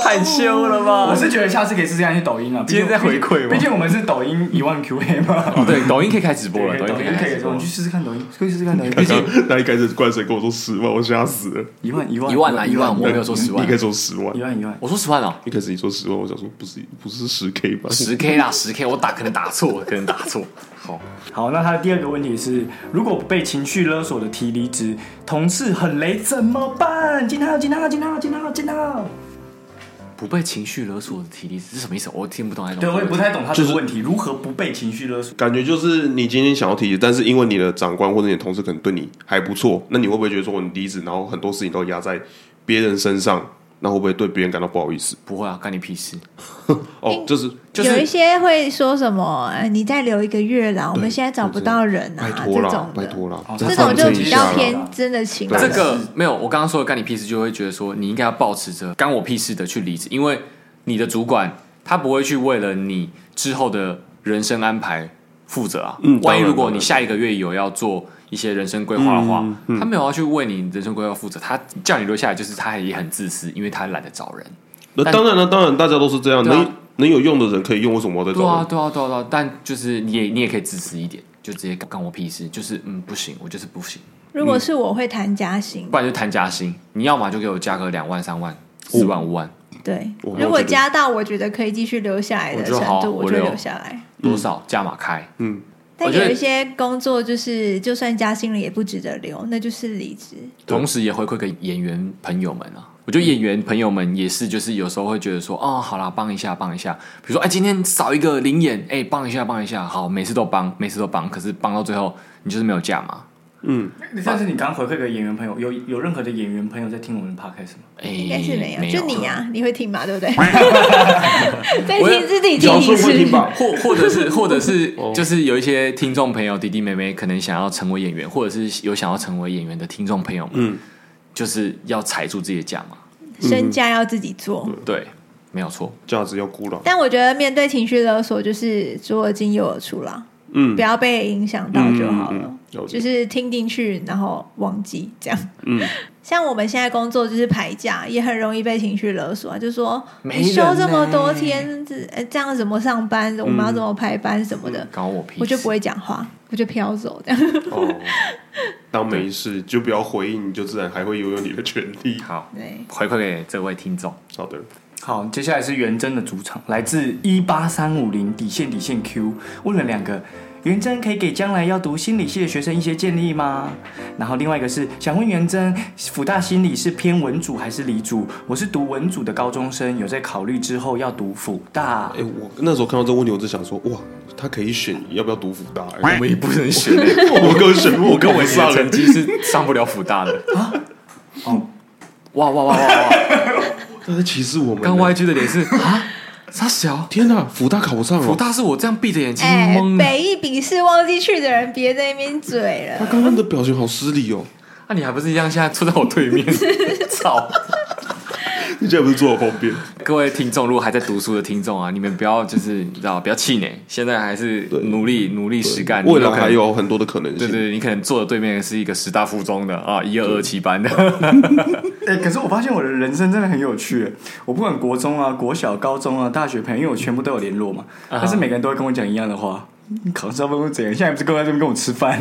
太羞了
我
吧？
是觉得下次可以试试看去抖音啊，
今天在回馈吗
毕竟我们是抖音一万 QA 嘛，
对，抖音可以开直播了，
啊 对抖
音
音
可以
可
开
以
直
说，
播
你去。试试看抖音，可以试试看抖音，毕竟
他一开始怪谁跟我说十万，我吓死了。
一万一万
一万啊，一万，我没有说十
你
万
一开，始说十万
一，万一万，
我说十万哦，
一开始你说十万，我想说不是不是十 K 吧？
十 K 啦，十 K，我打可能打错，可能打错。好，
好，那他的第二个问题是，如果被情绪勒索的提离职，同事很雷怎么办？金浩，金浩，金浩，金浩，金浩。
不被情绪勒索的体力是什么意思？我听不懂那种。
对，我也不太懂他这
就
个
是
问题，如何不被情绪勒索？
感觉就是你今天想要提离，但是因为你的长官或者你的同事可能对你还不错，那你会不会觉得说你离职，然后很多事情都压在别人身上，那会不会对别人感到不好意思？
不会啊，干你屁事！
哦，就是
啊
就是
有一些会说什么，呃你再留一个月啦，我们现在找不到人啊
拜，
这
托啦
种，
拜
的，
托啦，
哦
这种就比较
这
偏真的情感。
这个嗯没有，我刚刚说的干你屁事，就会觉得说你应该要保持着干我屁事的去离职，因为你的主管他不会去为了你之后的人生安排负责啊。
嗯
万一如
当
果
然
你下一个月有要做一些人生规划的话，
嗯嗯
他没有要去为你人生规划负责，他叫你留下来就是他也很自私，因为他懒得找人。
那当然了，当然大家都是这样，
对啊
能能有用的人可以用，为什么我要再
对
找
啊，
人？
对啊，对啊，对啊，但就是你也你也可以自私一点，就直接干我屁事，就是嗯不行，我就是不行，
如果是我会谈加薪
不，然就谈加薪，你要么就给我加个两万、三万、四万、五万，
对，
我
如果加到我觉得可以继续留下来的
我就
程
好
度，
我
我就
留
留下来。
多少加码开。
嗯，
但
我觉得
有一些工作就是，就算加薪了也不值得留，那就是离职。
对
同时也回馈给演员朋友们啊。我觉得演员朋友们也是，就是有时候会觉得说，哦，好啦，帮一下，帮一下。比如说，哎，今天少一个灵眼，哎，帮一下，帮一下。好，每次都帮，每次都帮，可是帮到最后，你就是没有价嘛。
嗯，
但是你刚回馈给演员朋友，有有任何的演员朋友在听我们 podcast 吗？
哎，
应该是没有，
没
就你啊，你会听吗？对不对？再听自己听
姚
一
顺会听
次。
吧？
或或者是或者 是
哦
就是有一些听众朋友弟弟妹妹可能想要成为演员，或者是有想要成为演员的听众朋友们，
嗯，
就是要踩住自己的价嘛。
身价要自己做，
对，没有错。
价值要估了，
但我觉得面对情绪勒索，就是左耳进右耳出啦，
嗯
不要被影响到就好
嗯嗯
了
嗯。了解
就是听进去，然后忘记这样。
嗯，
像我们现在工作就是排假，也很容易被情绪勒索啊，就说
没
你
人
休这么
呢
多天，这呃这样怎么上班？我们要怎么排班什么的？
嗯搞我屁事，
嗯我就不会讲话，我就飘走这样。
哦，当没事就不要回应，你就自然还会拥有你的权利。
好
对，
回馈给这位听众。
好的，
好，接下来是元真的主场，来自一八三五零底线底线 Q，问了两个。元真可以给将来要读心理系的学生一些建议吗？然后另外一个是想问元真，辅大心理是偏文组还是理组？我是读文组的高中生，有在考虑之后要读辅大
哎、。我那时候看到这个问题，我就想说，哇，他可以选要不要读辅大、
我
欸？
们也不能选、
我跟我选，我 跟
跟
我
我
上
上成
人，
绩是上不了福大的。
哦，
哇哇哇哇 哇！
他在歧视我们、
刚
欸。
YG 的脸是啊，傻小，
天哪、辅大考不上哦
福
了、
大是我这样闭着眼睛
哎、
蒙的，
北一笔试忘记去的人，别在那边嘴
他
了。
刚刚的表情好失礼哦。
啊那你还不是一样？现在坐在我对面，操！
你现在不是坐我旁边？
各位听众，如果还在读书的听众啊，你们不要就是你知道，不要气馁，现在还是努力努力实干，
未
你
来
可能
还。有很多的可能
对
性。
对，对你可能坐的对面是一个十大附中的啊，一二二七班的，
哎、可是我发现我的人生真的很有趣。我不管国中啊、国小、高中啊、大学朋友，因为我全部都有联络嘛，
啊
但是每个人都会跟我讲一样的话。你考上分会怎样？现在不是跟在这边跟我吃饭？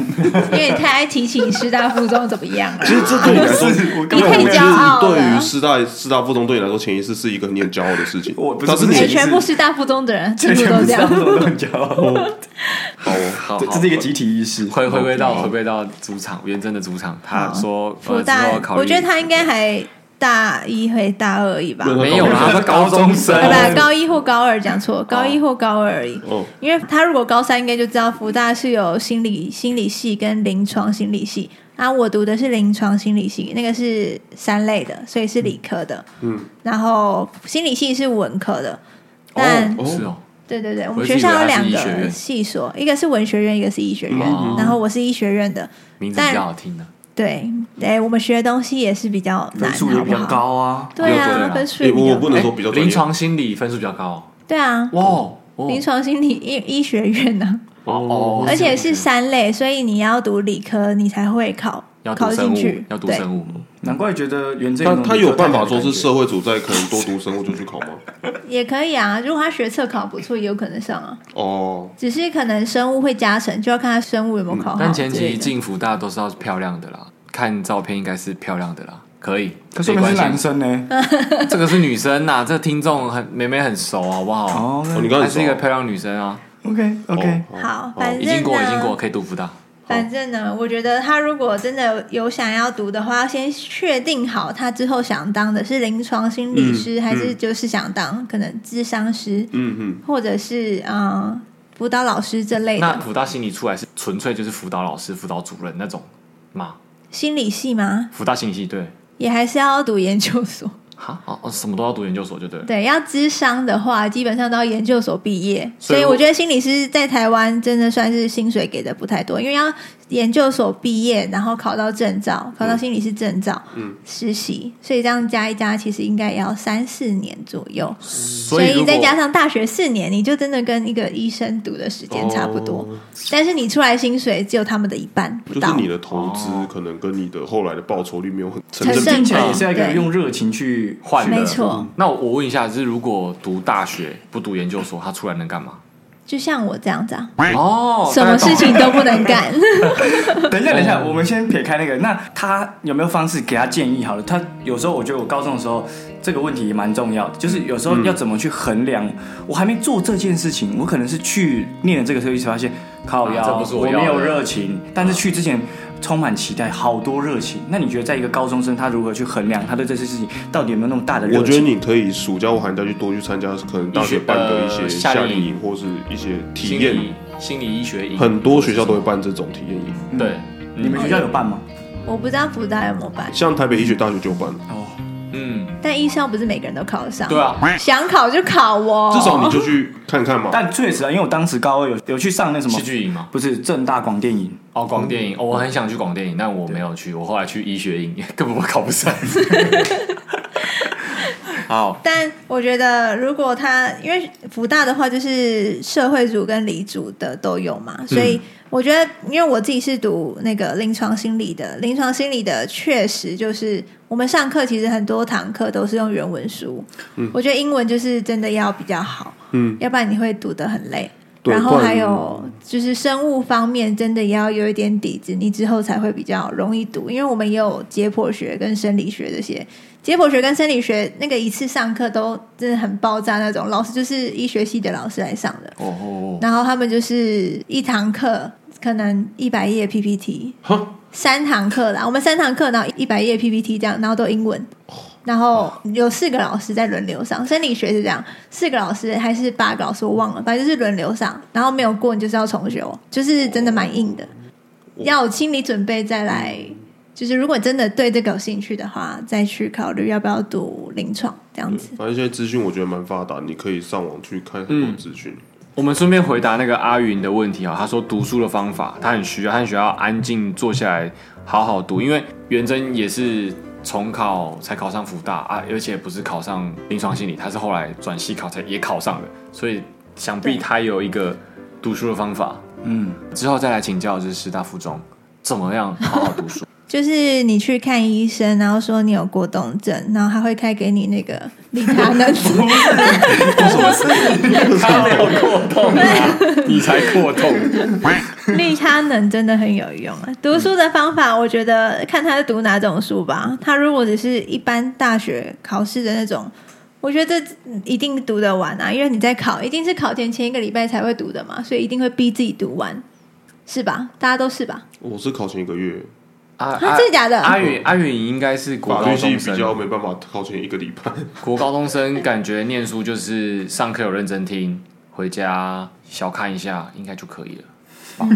因为你太爱提醒师大附中怎么样了、
其实这对你来说，
我
你
根
对
本
太
没
我觉
有
得
骄傲了
对于师大师大附中对你来说，潜意识是一个你很骄傲的事情。
我不是
但是
不
你
是
对，哎全部师大附中的人全部
全
都
部
这
知道
样。
怎么都很骄傲。
好 好，
对，这是一个哦集体意识。
回回归到
啊
回归到主场，元真的主场，他说
复
呃之
大
后考，虑
我觉得他应该还大一会大二而已吧，
对
没有啊啦，他高中生，哦
对吧？高一或高二讲错，高一或高二而已。
哦，
因为他如果高三应该就知道福大是有心理心理系跟临床心理系，啊，我读的是临床心理系，那个是三类的，所以是理科的，
嗯，
然后心理系是文科的，但、
哦
是哦，
对对对，我
我
们
一直
学校有
以为他是
两
医学
个
院
系所，一个是文学院，一个是医学院，
哦
然后我是医学院的，
名字比较好听的。
对，哎，我们学的东西也是比较难，
分数也比较
好不好，
高啊。
对
对
啊
啊，
分数
哎
也比
我
较
我不
高，
能说比较专业
临床心理分数比较高
对啊，
哦，哇哦哦
临床心理医医学院呢、
哦，
而且是三类，所以你要读理科，你才会考
要读
考
生
进
物
去，。
要读
对
生物，
难怪觉得袁振
他
勇
他有办法说是社会主在可能多读生物就去考吗？
也可以啊。如果他学测考不错，也有可能上啊。
哦，
只是可能生物会加成，就要看他生物有没有考好之类的、
但前提进福大都是要漂亮的啦，看照片应该是漂亮的啦，可以。
可是
没
我们是
关
男
系，
生呢。
嗯
这个是女生呐， 这听众很妹妹很熟，好不好？
哦
哦你刚
还
才
是一个漂亮女生啊，
，OK
哦
OK，
好，反正
已经过
呢
已经过，可以读福大。
反正呢，我觉得他如果真的有想要读的话，要先确定好他之后想当的是临床心理师，
嗯
还是就是想当可能智商师，
嗯嗯，
或者是嗯辅导老师这类
那
的
辅大心理出来是纯粹就是辅导老师、辅导主任那种嘛？
心理系吗？
辅大心理系对
也还是要读研究所。
哈哦哦，什么都要读研究所就对了。
对，要智商的话，基本上都要研究所毕业，
所
所
以
以
我
我觉得心理师在台湾真的算是薪水给的不太多，因为要研究所毕业，然后考到证照，考到心理师证照，
嗯
实习，所以这样加一加，其实应该也要三四年左右，
所
所
以如
再
果
加上大学四年，你就真的跟一个医生读的时间差不多，
哦
但是你出来薪水只有他们的一半不
就是
到
你。的投资
哦
可能跟你的后来的报酬率没有很成
成
正
听
比。
正
起来
比
也是要一个
对
用热情去换的，
没
嗯
错，
那我我问一下，就是如果读大学不读研究所，他出来能干嘛？
就像我这样子啊，
哦，
什么
大家懂
事
了
情都 不能干。
等一下，等一下，
嗯
我们先撇开那个，那他有没有方式给他建议？好了，他有时候我觉得我高中的时候这个问题也蛮重要的，就是有时候要怎么去衡量，
嗯
我还没做这件事情，我可能是去念了这个时候，才发现靠腰、
啊这不是我
我
要的嗯
没有热情，但是去之前充满期待，好多热情。那你觉得在一个高中生，他如何去衡量他对这些事情到底有没有那么大的热情？
我觉得你可以暑假或寒假去多去参加可能大学办的一些
一些呃夏
夏
令
令
营
营或是一些体
心
验，
理心理医学营，嗯
很多学校都会办这种体验营，
对。
你们学校有办吗？
我不知道福大有没有办，
像台北医学大学就办，
哦，
嗯，
但医校不是每个人都考得上。
对啊，
想考就考哦，
至少你就去看看嘛。
但确实啊，因为我当时高二有有去上那什么
戏，剧营嘛，
不是正大广电影。
哦，广电影，哦，我很想去广电影，但我没有去，我后来去医学营， 根本我考 不上。
好，
但我觉得，如果他因为福大的话，就是社会组跟理组的都有
嗯
嘛，所以我觉得，因为我自己是读那个临床心理的，临床心理的确实就是我们上课其实很多堂课都是用原文书，我觉得英文就是真的要比较好，
嗯，
要不然你会读得很累。
对
然
不
后
然
还有就是生物方面，真的也要有一点底子，你之后才会比较容易读。因为我们也有解剖学跟生理学这些，解剖学跟生理学那个一次上课都真的很爆炸那种，老师就是医学系的老师来上的，
哦哦
然后他们就是一堂课可能一百页 PPT，
哈，
三堂课啦，我们三堂课，然后一百页 PPT 这样，然后都英文，然后有四个老师在轮流上，生理学是这样，四个老师还是八个老师我忘了，反正就是轮流上，然后没有过你就是要重修，就是真的蛮硬的，要有心理准备再来，就是如果真的对这个有兴趣的话，再去考虑要不要读临床这样子。
反正现在资讯我觉得蛮发达，你可以上网去看很
嗯
多资讯。
我们顺便回答那个阿云的问题啊，他说读书的方法，他很需要，他很需要安静坐下来好好读，因为元真也是重考才考上福大啊，而且不是考上临床心理，他是后来转系考才也考上的，所以想必
对
他有一个读书的方法，
嗯。
之后再来请教就是师大附中怎么样好好读书。
就是你去看医生，然后说你有过动症，然后他会开给你那个利他能
他没有过痛、啊，你才过痛。
利他能真的很有用啊！读书的方法，我觉得看他是读哪种书吧。他如果只是一般大学考试的那种，我觉得这一定读得完啊，因为你在考，一定是考前前一个礼拜才会读的嘛，所以一定会逼自己读完，是吧？大家都是吧？
我是考前一个月，
啊
啊真的假的
阿允阿允应该是国
法
高
律系
中
比较
生，
没办法考前一个礼拜。
国高中生感觉念书就是上课有认真听，回家小看一下应该就可 以了。哦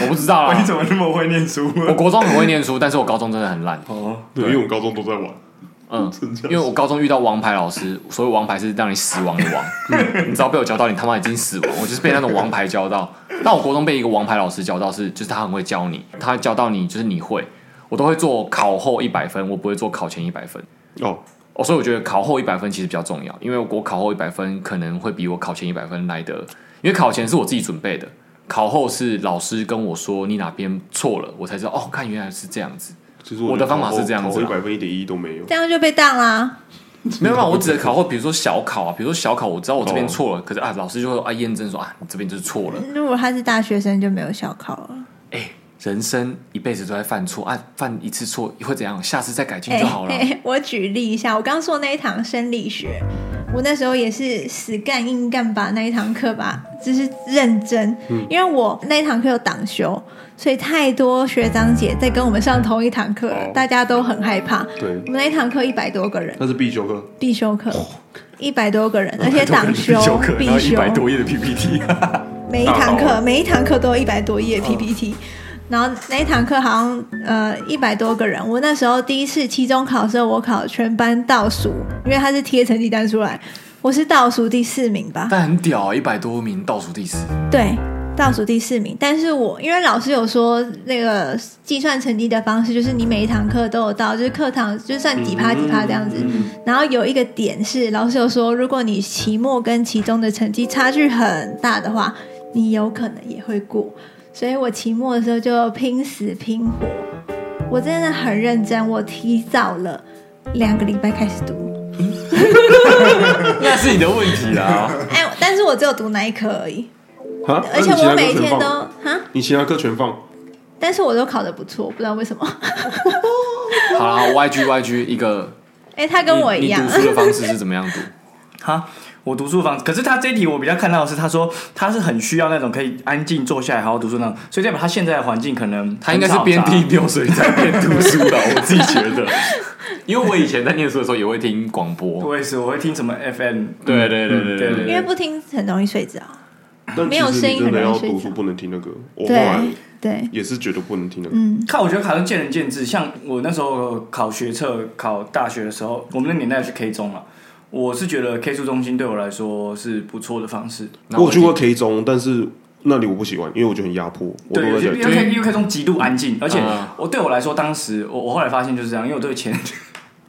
我不知道
你
啦，
怎么那么会念书？
我国中很会念书，但是我高中真的很烂。
哦，
对，因为我高中都在玩，
嗯，因为我高中遇到王牌老师，所以王牌是让你死亡的 王，你只要被我教到，你他妈已经死亡。我就是被那种王牌教到。但我国中被一个王牌老师教到是，就是他很会教你，他教到你就是你会，我都会做考后一百分，我不会做考前一百分。
哦，
哦，所以我觉得考后一百分其实比较重要，因为我考后一百分可能会比我考前一百分来得，因为考前是我自己准备的，考后是老师跟我说你哪边错了，我才知道哦，看原来是这样子。
其实
我的方法是这样
考
子啊
一百分一点意义都没有。
这样就被当啦、
没有啦，我指的考后，比如说小考啊，比如说小考，我知道我这边
哦
错了，可是啊，老师就会啊验证说啊，你这边就是错了。
如果他是大学生，就没有小考了。
哎，人生一辈子都在犯错啊，犯一次错会怎样？下次再改进
哎
就好了。
嘿嘿我举例一下，我刚说那一堂生理学，我那时候也是死干硬干把那一堂课吧，就是认真，因为我那一堂课有党修，所以太多学长姐在跟我们上同一堂课了，
哦
大家都很害怕。
对
我，们那一堂课一百多个人，
那是必修课。
必修课。哦一百多 个人，而且党修必修，
页的 PPT，
每一堂课每一堂课都有一百多页 PPT，、然后那一堂课好像呃一百多个人，我那时候第一次期中考的时候，我考全班倒数，因为他是贴成绩单出来，我是倒数第四名吧。
但很屌，啊一百多名倒数第四，
对，倒数第四名。但是我因为老师有说，那个计算成绩的方式就是你每一堂课都有到，就是课堂就算几趴几趴这样子。然后有一个点是，老师有说，如果你期末跟期中的成绩差距很大的话，你有可能也会过。所以我期末的时候就拼死拼活，我真的很认真，我提早了两个礼拜开始读。
那是你的问题啦。
哎，但是我只有读那一科而已，
啊，
而
那你其
且
他
我
课
每一
全
天
放
都哈。
啊你其他课全放，
但是我都考得不错，不知道为什么。
好啦，YG YG 一个，
哎、他跟我一样
你，你读书的方式是怎么 样读？
哈，我读书房，可是他这一题我比较看到的是，他说他是很需要那种可以安静坐下来好好读书那种，所以代表他现在的环境可能
他应该是边
很嘈
听
杂
流水在边读书的，我自己觉得。 因为我以前在念书的时候也会听广播，
我也是，我会听什么 FM，
对对对对
对
对
因为不听很容易睡着。
但
没
其
有
实
声
你
音
真
很
的
容易
要
睡
读
着
书不能听那个，我后来
对对，
也是觉得不能听那个。
嗯，
看，我觉得考上见仁见智。像我那时候考学测、考大学的时候，我们那年代是 K 中嘛，我是觉得 K 书中心对我来说是不错的方式。
那
我有去过
就
K 中，但是那里我不喜欢，因为我觉得很压迫，我
对，
都
因
在
为因
家
就是
为 K 因为 K 中极度安静，而且
啊
我对我来说，当时我我后来发现就是这样，因为我对钱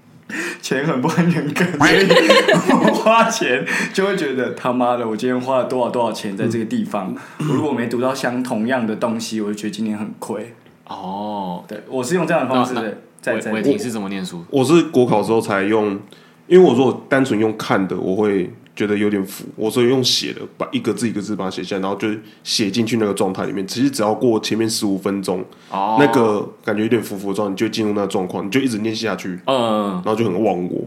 钱很不安全感，所以我花钱就会觉得他妈的，我今天花了多少多少钱在这个地方，
嗯
我如果没读到相同样的东西，我就觉得今年很亏。
哦，
对我是用这样的方式
啊那那
在
伟
在
伟霆是怎么念书？
我是国考之后才用，因为我如果单纯用看的，我会觉得有点浮，我所以用写的，把一个字一个字把它写下来，然后就写进去那个状态里面。其实只要过前面十五分钟，
哦，
那个感觉有点浮浮的状态，你就会进入那个状况，你就一直念下去，
嗯，
然后就很忘我。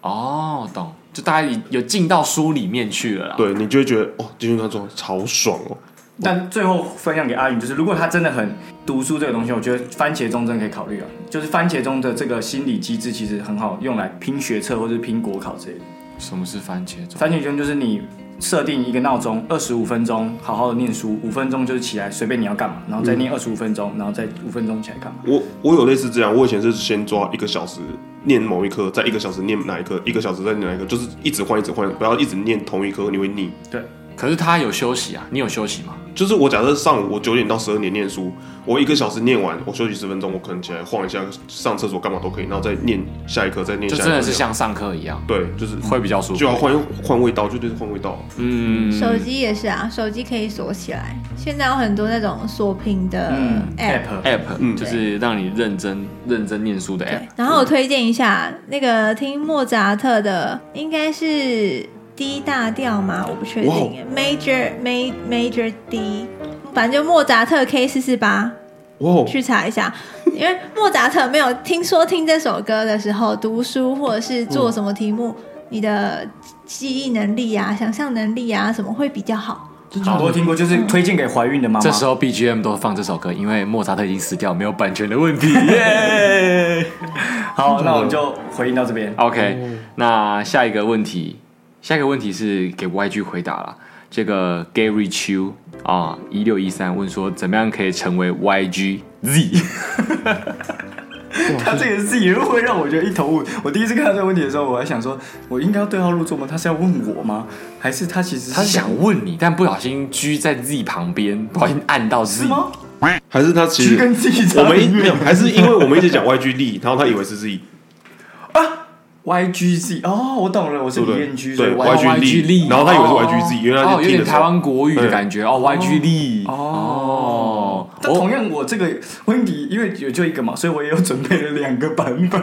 哦，懂，就大家有进到书里面去了啦。
对你就会觉得哦，进入那状态好爽哦。
但最后分享给阿云，就是如果他真的很读书这个东西，我觉得番茄钟真的可以考虑啊。就是番茄钟的这个心理机制其实很好用来拼学测或者拼国考之类的。
什么是番茄钟？
番茄钟就是你设定一个闹钟，二十五分钟好好的念书，五分钟就是起来随便你要干嘛，然后再念二十五分钟，然后再五分钟起来干嘛。
我我有类似这样，我以前是先抓一个小时念某一科，再一个小时念哪一科，一个小时再念哪一科，就是一直换一直换，不要一直念同一科，你会腻。
可是他有休息啊，你有休息吗？
就是我假设上午我九点到十二点念书，我一个小时念完，我休息十分钟，我可能起来晃一下，上厕所干嘛都可以，然后再念下一课，再念
就
下一课
真
这样。
的是像上课一样，
对，就是
会比较舒服。
就要换换味道，绝对是换味道。
嗯，
手机也是啊，手机可以锁起来。现在有很多那种锁屏的
嗯，app，
app。
app，、
嗯
就是让你认真认真念书的
对
app。，
然后我推荐一下那个听莫扎特的，应该是 D 大调吗？我不确
哇哦
定，Major Ma- Major D，反正就莫扎特 K 四四八。
哇 哦，
去查一下，因为莫扎特没有听说听这首歌的时候，读书或者是做什么题目，
嗯
你的记忆能力啊、想象能力啊什么会比较好。
好多听过，就是推荐给怀孕的妈妈
这。时候 BGM 都放这首歌，因为莫扎特已经死掉，没有版权的问 题。耶、
好，
嗯
那我们就回应到这边。
OK，那下一个问题，下一个问题是给 YG 回答了。这个 Gary Chu 啊，一六一三问说，怎么样可以成为 YG Z？
他这个事情会让我觉得一头雾。我第一次看到这个问题的时候，我还想说，我应该要对号入座吗？他是要问我吗？还是他其实
他是想问你，但不小心 G 在 Z 旁边，不小心按到 Z
是。吗？
还是他其
其实跟
实
自己
我
差
们一
很
没有
远。
还是因为我们一直讲 YG 力，然后他以为是自己
YGZ 哦，我懂了，我是
对不
李
对
彦？居，所以
对
Y
YG 力
然后他以为是
哦
YG Z，原来
哦，
他
有
听
点
的时
台
候
湾国语的感觉哦，YG 力哦
哦，但同样我这个问题，因为有就一个嘛，所以我也有准备了两个版本。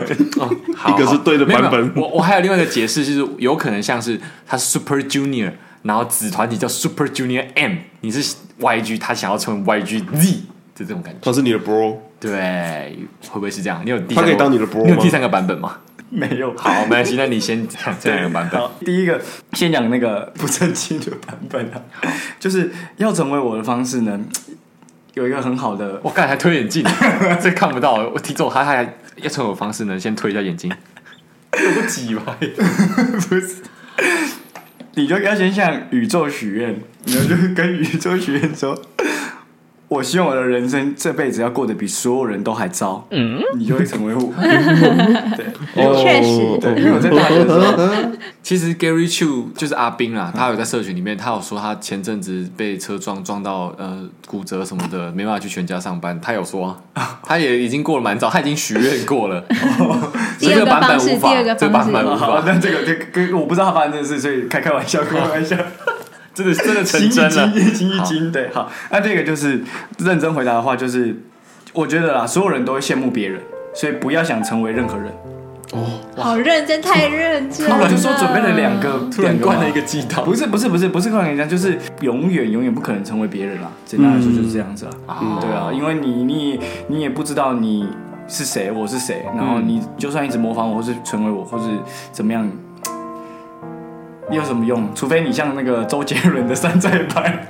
好
一个是对的
没有
版
没有
本，
我我还有另外一个解释，就是有可能像是他是 Super Junior，然后子团体叫 Super Junior M，你是 YG，他想要成为 YG Z 这种感觉，
他是你的 bro，
对，会不会是这样？你有第
他
三
可
个
以当你的 bro
你有
吗
第三个版本吗？
没有，
好，没关系，那你先讲这两个版本。
好，第一个先讲那个 不正经的版本啊，就是要成为我的方式呢，有一个很好的
我刚才推眼镜，这看不到，我听众他还要从我方式呢，先推一下眼睛，有几吧？
你就要先向宇宙许愿，你就跟宇宙许愿说， 我希望我的人生这辈子要过得比所有人都还糟，嗯，你就会成为我。
哦
确实
对，因为我在大学的时候，
其实 Gary Chu 就是阿兵啦，他有在社群里面，他有说他前阵子被车撞撞到呃骨折什么的，没办法去全家上班。他有说 啊，他也已经过了蛮早，他已经许愿过了。所以这
第二
个
个
版
方
本
式，
无
第
法，
二个
这个
方
版
式，
本 无
好，
法，
那这个这个跟我不知道他发生这件事，所以开开玩笑，开玩笑。
真的真的成
惊一
真
惊，
了。
一惊一惊，对，好，那这个就是认真回答的话，就是我觉得啦，所有人都会羡慕别人，所以不要想成为任何人。
好认真，太认真
那
了。
我就说准备了两个，
突然
两
灌
嘛
了一个鸡汤
不是不是不是不是灌人家，就是永远永远不可能成为别人啦。简单来说就是这样子啊，
嗯
对啊，因为你你你也不知道你是谁，我是谁，然后你就算一直模仿我，或是成为我，或是怎么样。有什么用？除非你像那个周杰伦的山寨版，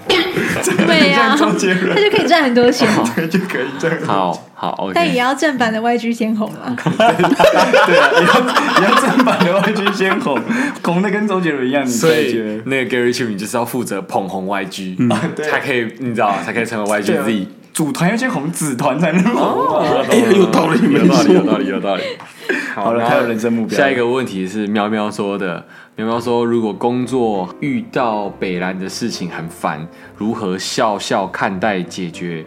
真的
对
很
啊
像 周杰伦
他，就可以赚很多钱，
哦
对就可以这样。
好好，OK，
但也要正版的 YG 先红 啊。
对啊，你要你要正版的 YG 先红，红的跟周杰伦一样，你才
所
觉
以
得
那个 Gary Chu 你就是要负责捧红
嗯
YG，才 可以你知道才可以成为
对啊
YGZ。
组团要先红，子团才能红
哦
啊。
哎，有道理，没
有道理，有
错。
道理，有道理。
好了，他有人生目标。
啊
下一个问题是喵喵说的，喵喵说如果工作遇到北兰的事情很烦，如何笑笑看待解决？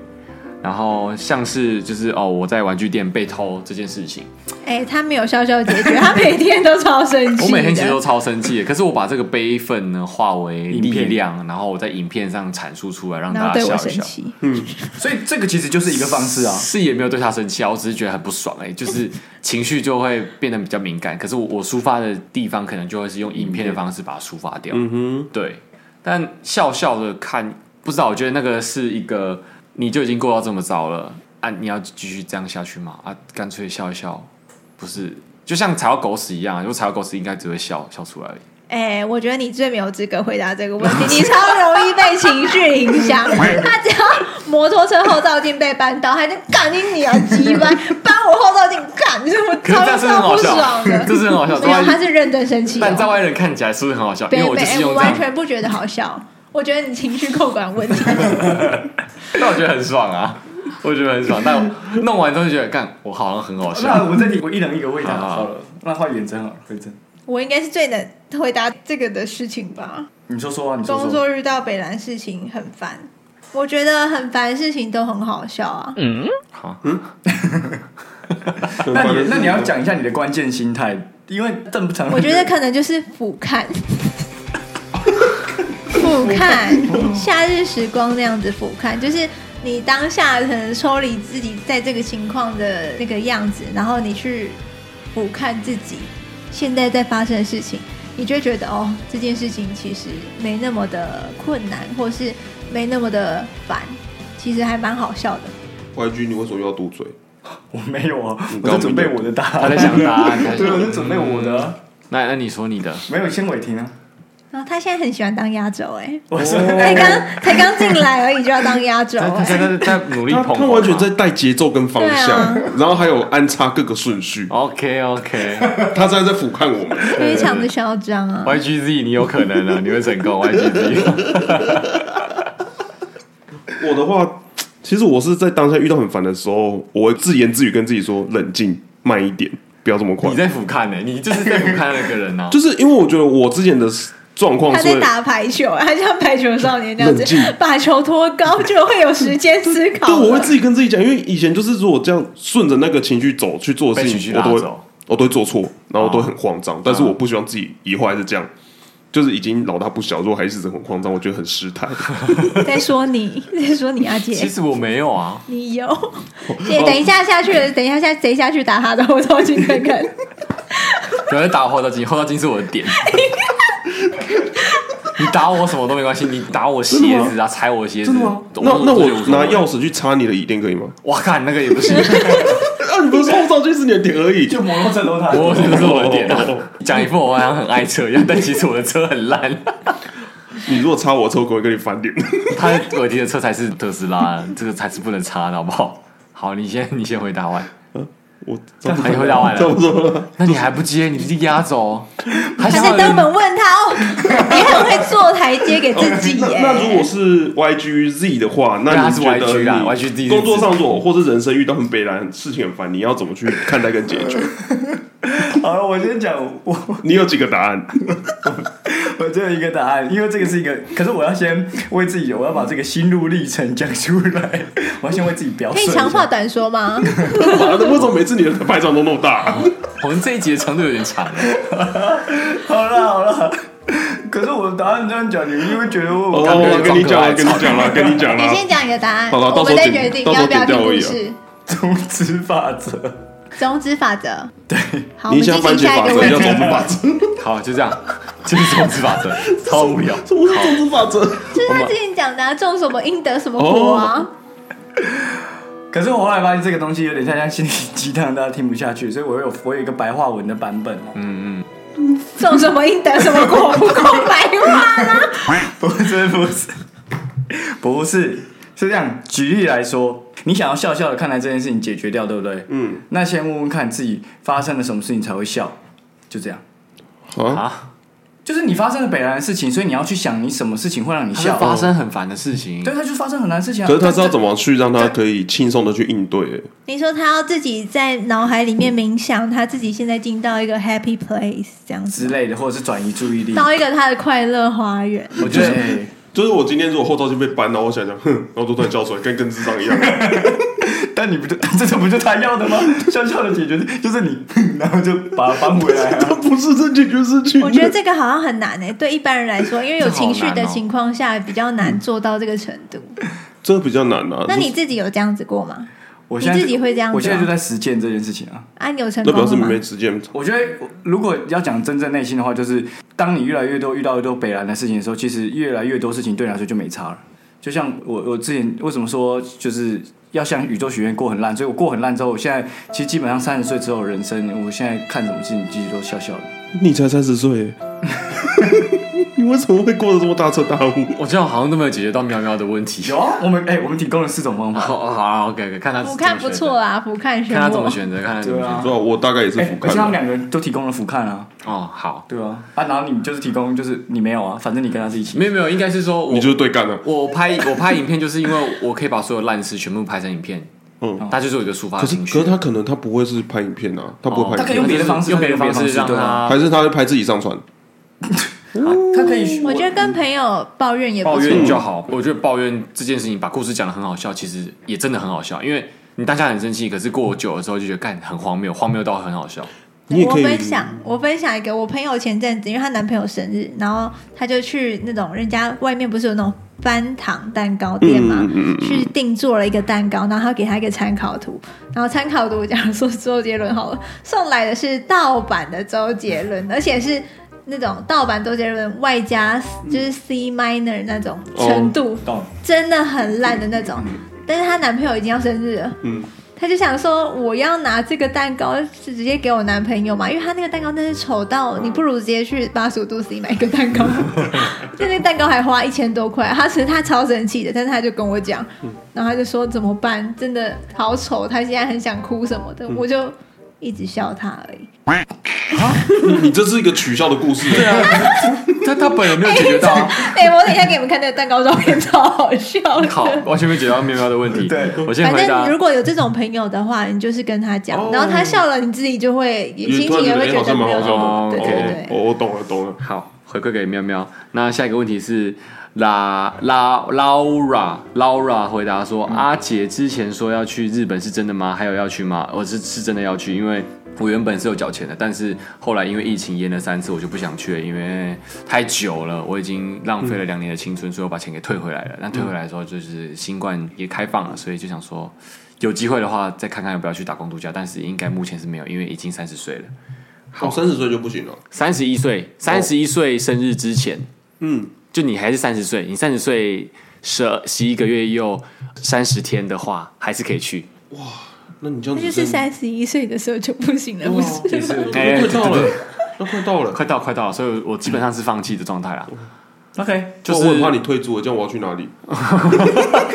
然后像是就是哦，我在玩具店被偷这件事情，
哎、他没有笑笑解决，他每天都超生气的。
我每天其实都超生气的，可是我把这个悲愤呢化为力
影片
量，然后我在影片上阐述出来，让
然后
大家
对我
笑一
生
笑。
气。
所以这个其实就是一个方式啊。
是也没有对他生气啊，我只是觉得很不爽哎、就是情绪就会变得比较敏感。可是我我抒发的地方可能就会是用影片的方式把它抒发掉。
嗯哼，
对，但笑笑的看，不知道，我觉得那个是一个，你就已经过到这么糟了啊，你要继续这样下去吗？啊，干脆笑一笑，不是，就像踩到狗屎一样，啊如果踩到狗屎，应该只会笑笑出来而已。
哎、我觉得你最没有资格回答这个问题，你超容易被情绪影响。他只要摩托车后照镜被扳倒，还能干你你啊鸡巴，扳我后照镜干，就是我
可是这
超
样是很
超
好
不
笑
爽的，。
这是很好笑，
没
在
有，他是认真生气、
但在
哦。
外人看起来是不是很好笑？因
北
为我
北
就是
哎我
用这
完
样，
全不觉得好笑。我觉得你情绪控管问题，
但我觉得很爽啊，我觉得很爽。但我弄完之后就觉得，干，我好像很好笑。
那我们这里我一人一个回答
啊好好
好了，那换远征好了，远征。
我应该是最能回答这个的事情吧。
你说说啊，你说
工
说。
作遇到北兰事情很烦，我觉得很烦的事情都很好笑啊。
好，
那你那你要讲一下你的关键心态，因为正常人
我觉得可能就是俯瞰，俯瞰夏日时光那样子俯瞰，就是你当下可能抽离自己在这个情况的那个样子，然后你去俯瞰自己现在在发生的事情，你就会觉得哦，这件事情其实没那么的困难，或是没那么的烦，其实还蛮好笑的。
YG，你为什么又要嘟嘴？
我没有啊
你，
我
刚
在准备我的答案。
他在想答案他 在想
对，我在准备我的啊，
那那你说你的，
没有先伟霆啊。
然后他现在很喜欢当压轴、哎，
我是
哦
才刚才刚进来而已就要当压轴、
他
哎，
在在努力
他
捧
他
红嘛，
完全在带节奏跟方
对
向
啊，
然后还有安插各个顺序，
OK OK
他现在在俯瞰我们。
非常的嚣张啊。
YGZ，你有可能啊，你会成功 YGZ。
我的话，其实我是在当下遇到很烦的时候，我会自言自语跟自己说：冷静，慢一点，不要这么快
你。在俯瞰呢、你就是在俯瞰那个人啊。
就是因为我觉得我之前的状况
他
是
在
会，
打排球，他像排球少年那样
冷
子
静，
把球托高就会有时间思考
对，
了。
我会自己跟自己讲，因为以前就是如果这样顺着那个情绪走去做的事
被情绪
情，我
拉
都会
走
我都会做错，然后我都会很慌张。但是我不希望自己以后还是这样。就是已经老大不小，如果还是很慌张，我觉得很失态。
在说你， 在说你阿
其
姐，
实我没有啊，
你有。
哦
姐，等一下下去了，等一下下谁下去打他的后照镜看 看。
不要再打我后照镜，后照镜是我的点。你打我什么都没关系，你打我鞋子啊，踩我鞋子，都
那那我拿，
都觉得无所
钥
谓
匙去插你的椅垫可以吗？
哇看那个也不行，
啊，你不 是后照镜是你的点而已，
就摩托车都他。
我这是我的点
哦哦
啊。 讲一副我好像很爱车一样，但其实我的车很烂。
你如果插我车，我可能会跟你翻脸。
他我提的车才是特斯拉，这个才是不能插的，好不好？好，你先你先回答完。
我
干嘛
哎，你回答完
这
了，
么说，
那你还不接，你是压轴，还
还
想
是
要
等我们问他哦，你很会做台阶给 自己耶。
哦那如果是 YGZ 的话，
对
那
他
你
是
觉得
YG 啦
你
YGZ 是
工作上做或是人生遇到很悲然事情很烦，你要怎么去看待跟解决？
好了，我先讲我
你有几个答案？
我只有一个答案，因为这个是一个，可是我要先为自己，我要把这个心路历程讲出来，我要先为自己表
可
述一
以
下。
长话短说 吗？
妈的，为什么每次你的拍照都那么大？
我们这一集的长度有点长，啊
好了好了，可是我的答案这样讲，你们就会觉得
哦，
我
刚刚
我跟你讲了，
装可
跟你
爱
讲了，跟你讲
你
了。
先讲你的答案，
好了
我
到时
们
候
再
剪
决定
到时候
要不要
剪掉
听
而
故
已啊
事。
终止法则。
种子法则。对，好，我
你
们
想
进
番
行
茄
下
法
一个
则，
问
要
题。
种子法则，
好，就这样，这是种子法 则，超无聊。
什么是种子法则？
就是他之前讲的、啊，种什么因得什么果
哦
啊。
可是我后来发现这个东西有点像像心灵鸡汤，大家听不下去，所以我有我有一个白话文的版本啊。
嗯
种什么因得什么果，不够白话啦。
不是不是不是，是这样。举例来说，你想要笑笑的看待这件事情解决掉，对不对？
嗯，
那先问问看自己发生了什么事情才会笑，就这样。
啊，
啊，
就是你发生了北兰的事情，所以你要去想你什么事情会让你
它是
笑。
发，生很烦的事情，
对，他就发生很难的事情、啊。
可是他知道怎么去让他可以轻松的去应对。
你说他要自己在脑海里面冥想，他自己现在进到一个 happy place 这样
之
子，
类的，或者是转移注意力。
到一个他的快乐花 园。
我觉得
就是我今天如果后照镜被搬，然后我想想，哼，然后都突然叫出来，跟跟智障一样。
但你不就这这不就他要的 吗？笑笑的解决就是你， 然后就把它搬回来、
他
啊。
不是这解决事情。
我觉得这个好像很难诶、对一般人来说，因为有情绪
这好
的
难哦
情况下比较难做到这个程度。
嗯这比较难啊。
那你自己有这样子过吗？
我现在
你自己会这样子啊
我现在就在实践这件事情啊。
啊，你有成
那
功
表示
了
你
吗？
没时间。
我觉得，如果要讲真正内心的话，就是当你越来越多遇到越多北兰的事情的时候，其实越来越多事情对你来说就没差了。就像我，我之前为什么说就是要向宇宙许愿过很烂，所以我过很烂之后，我现在其实基本上三十岁之后的人生，我现在看什么事情其实都笑笑的。
你才三十岁 耶，你为什么会过得这么大彻 大悟？
我觉得我好像都没有解决到喵喵的问 题。
有啊，我们哎、我们提供了四种方法。
好，哦好，OK，看他怎
俯
么
瞰不
选择
错，啊，俯瞰选
看他怎
我
么。选择，看他怎么
对
选择。
啊
对，啊，我大概也是
哎、
俯
而且他们
瞰的。
两个人都提供了俯瞰啊，
哦，好，
对啊，啊，然后你就是提供就是你没有啊，反正你跟他是一
嗯
起。
没有没有，应该是说我
你就是对干了。
我拍 我拍影片，就是因为我可以把所有烂事全部拍成影片，
嗯，
它就是我一个抒发
可是
情
可
绪
是。他可能他不会是拍影片啊，他不会
哦
他
拍影
可以
片，
用别的方式
用别的方
他可以
式
用别的方式对啊
让他
还是他会拍自己上传？
他可以，
我觉得跟朋友抱怨也不
抱
错。啊
怨就好。我觉得抱怨这件事情，把故事讲的很好笑，其实也真的很好笑，因为你当下很生气，可是过久了之后就觉得干很荒谬，荒谬到很好笑。
你也
我
可以
分享，我分享一个，我朋友前阵子因为她男朋友生日，然后她就去那种人家外面不是有那种翻糖蛋糕店嘛，
嗯嗯嗯嗯嗯
去定做了一个蛋糕，然后她给她一个参考图，然后参考图讲说周杰伦好了，送来的是盗版的周杰伦，而且是。那种盗版周杰伦外加就是 C minor 那种程度，
哦
懂。
真的很烂的那种。但是她男朋友已经要生日了，
嗯，
她就想说，我要拿这个蛋糕是直接给我男朋友嘛，因为她那个蛋糕真是丑到，你不如直接去八十五度 C 买一个蛋 糕，就那个蛋糕还花一千多块，她其实她超生气的，但是她就跟我讲，
嗯
然后她就说怎么办，真的好丑，她现在很想哭什么的，
嗯
我就一直笑她而已。
你你这是一个取笑的故事。对啊，
但他本人没有解决 到啊，
哎、我等一下给你们看那个蛋糕照片，超好笑的。
好，完全没解决到喵喵的问题。
对
我先
反
回
正
答
如。果有这种朋友的话，你就是跟他讲，
哦
然后他笑了，你自己就会也
你
心
突
情
然
也
觉得哎
会觉
好
得
像
没
蛮
有
好笑的。
对对对
哦，我我懂了懂了。
好，回馈给喵喵。那下一个问题是，拉拉 Laura Laura 回答说：“阿姐之前说要去日本是真的吗？还有要去吗？我是是真的要去，因为我原本是有缴钱的，但是后来因为疫情延了三次，我就不想去了，因为太久了，我已经浪费了两年的青春，所以我把钱给退回来了。但退回来的时候，就是新冠也开放了，所以就想说。”有机会的话，再看看要不要去打工度假，但是应该目前是没有，因为已经三十岁了，
好，三十岁就不行了。
三十一岁，三十一岁生日之前，
嗯，
就你还是三十岁，你三十岁十十一个月又三十天的话，还是可以去。
那你这样子
那就是
真的
三十一岁的时候就不行了，不是
也
吗？
是
哎
快到了，那快到了。
快到快到了，所以我基本上是放弃的状态啦。
OK，
就是
哦我很怕你退租，这样我要去哪里？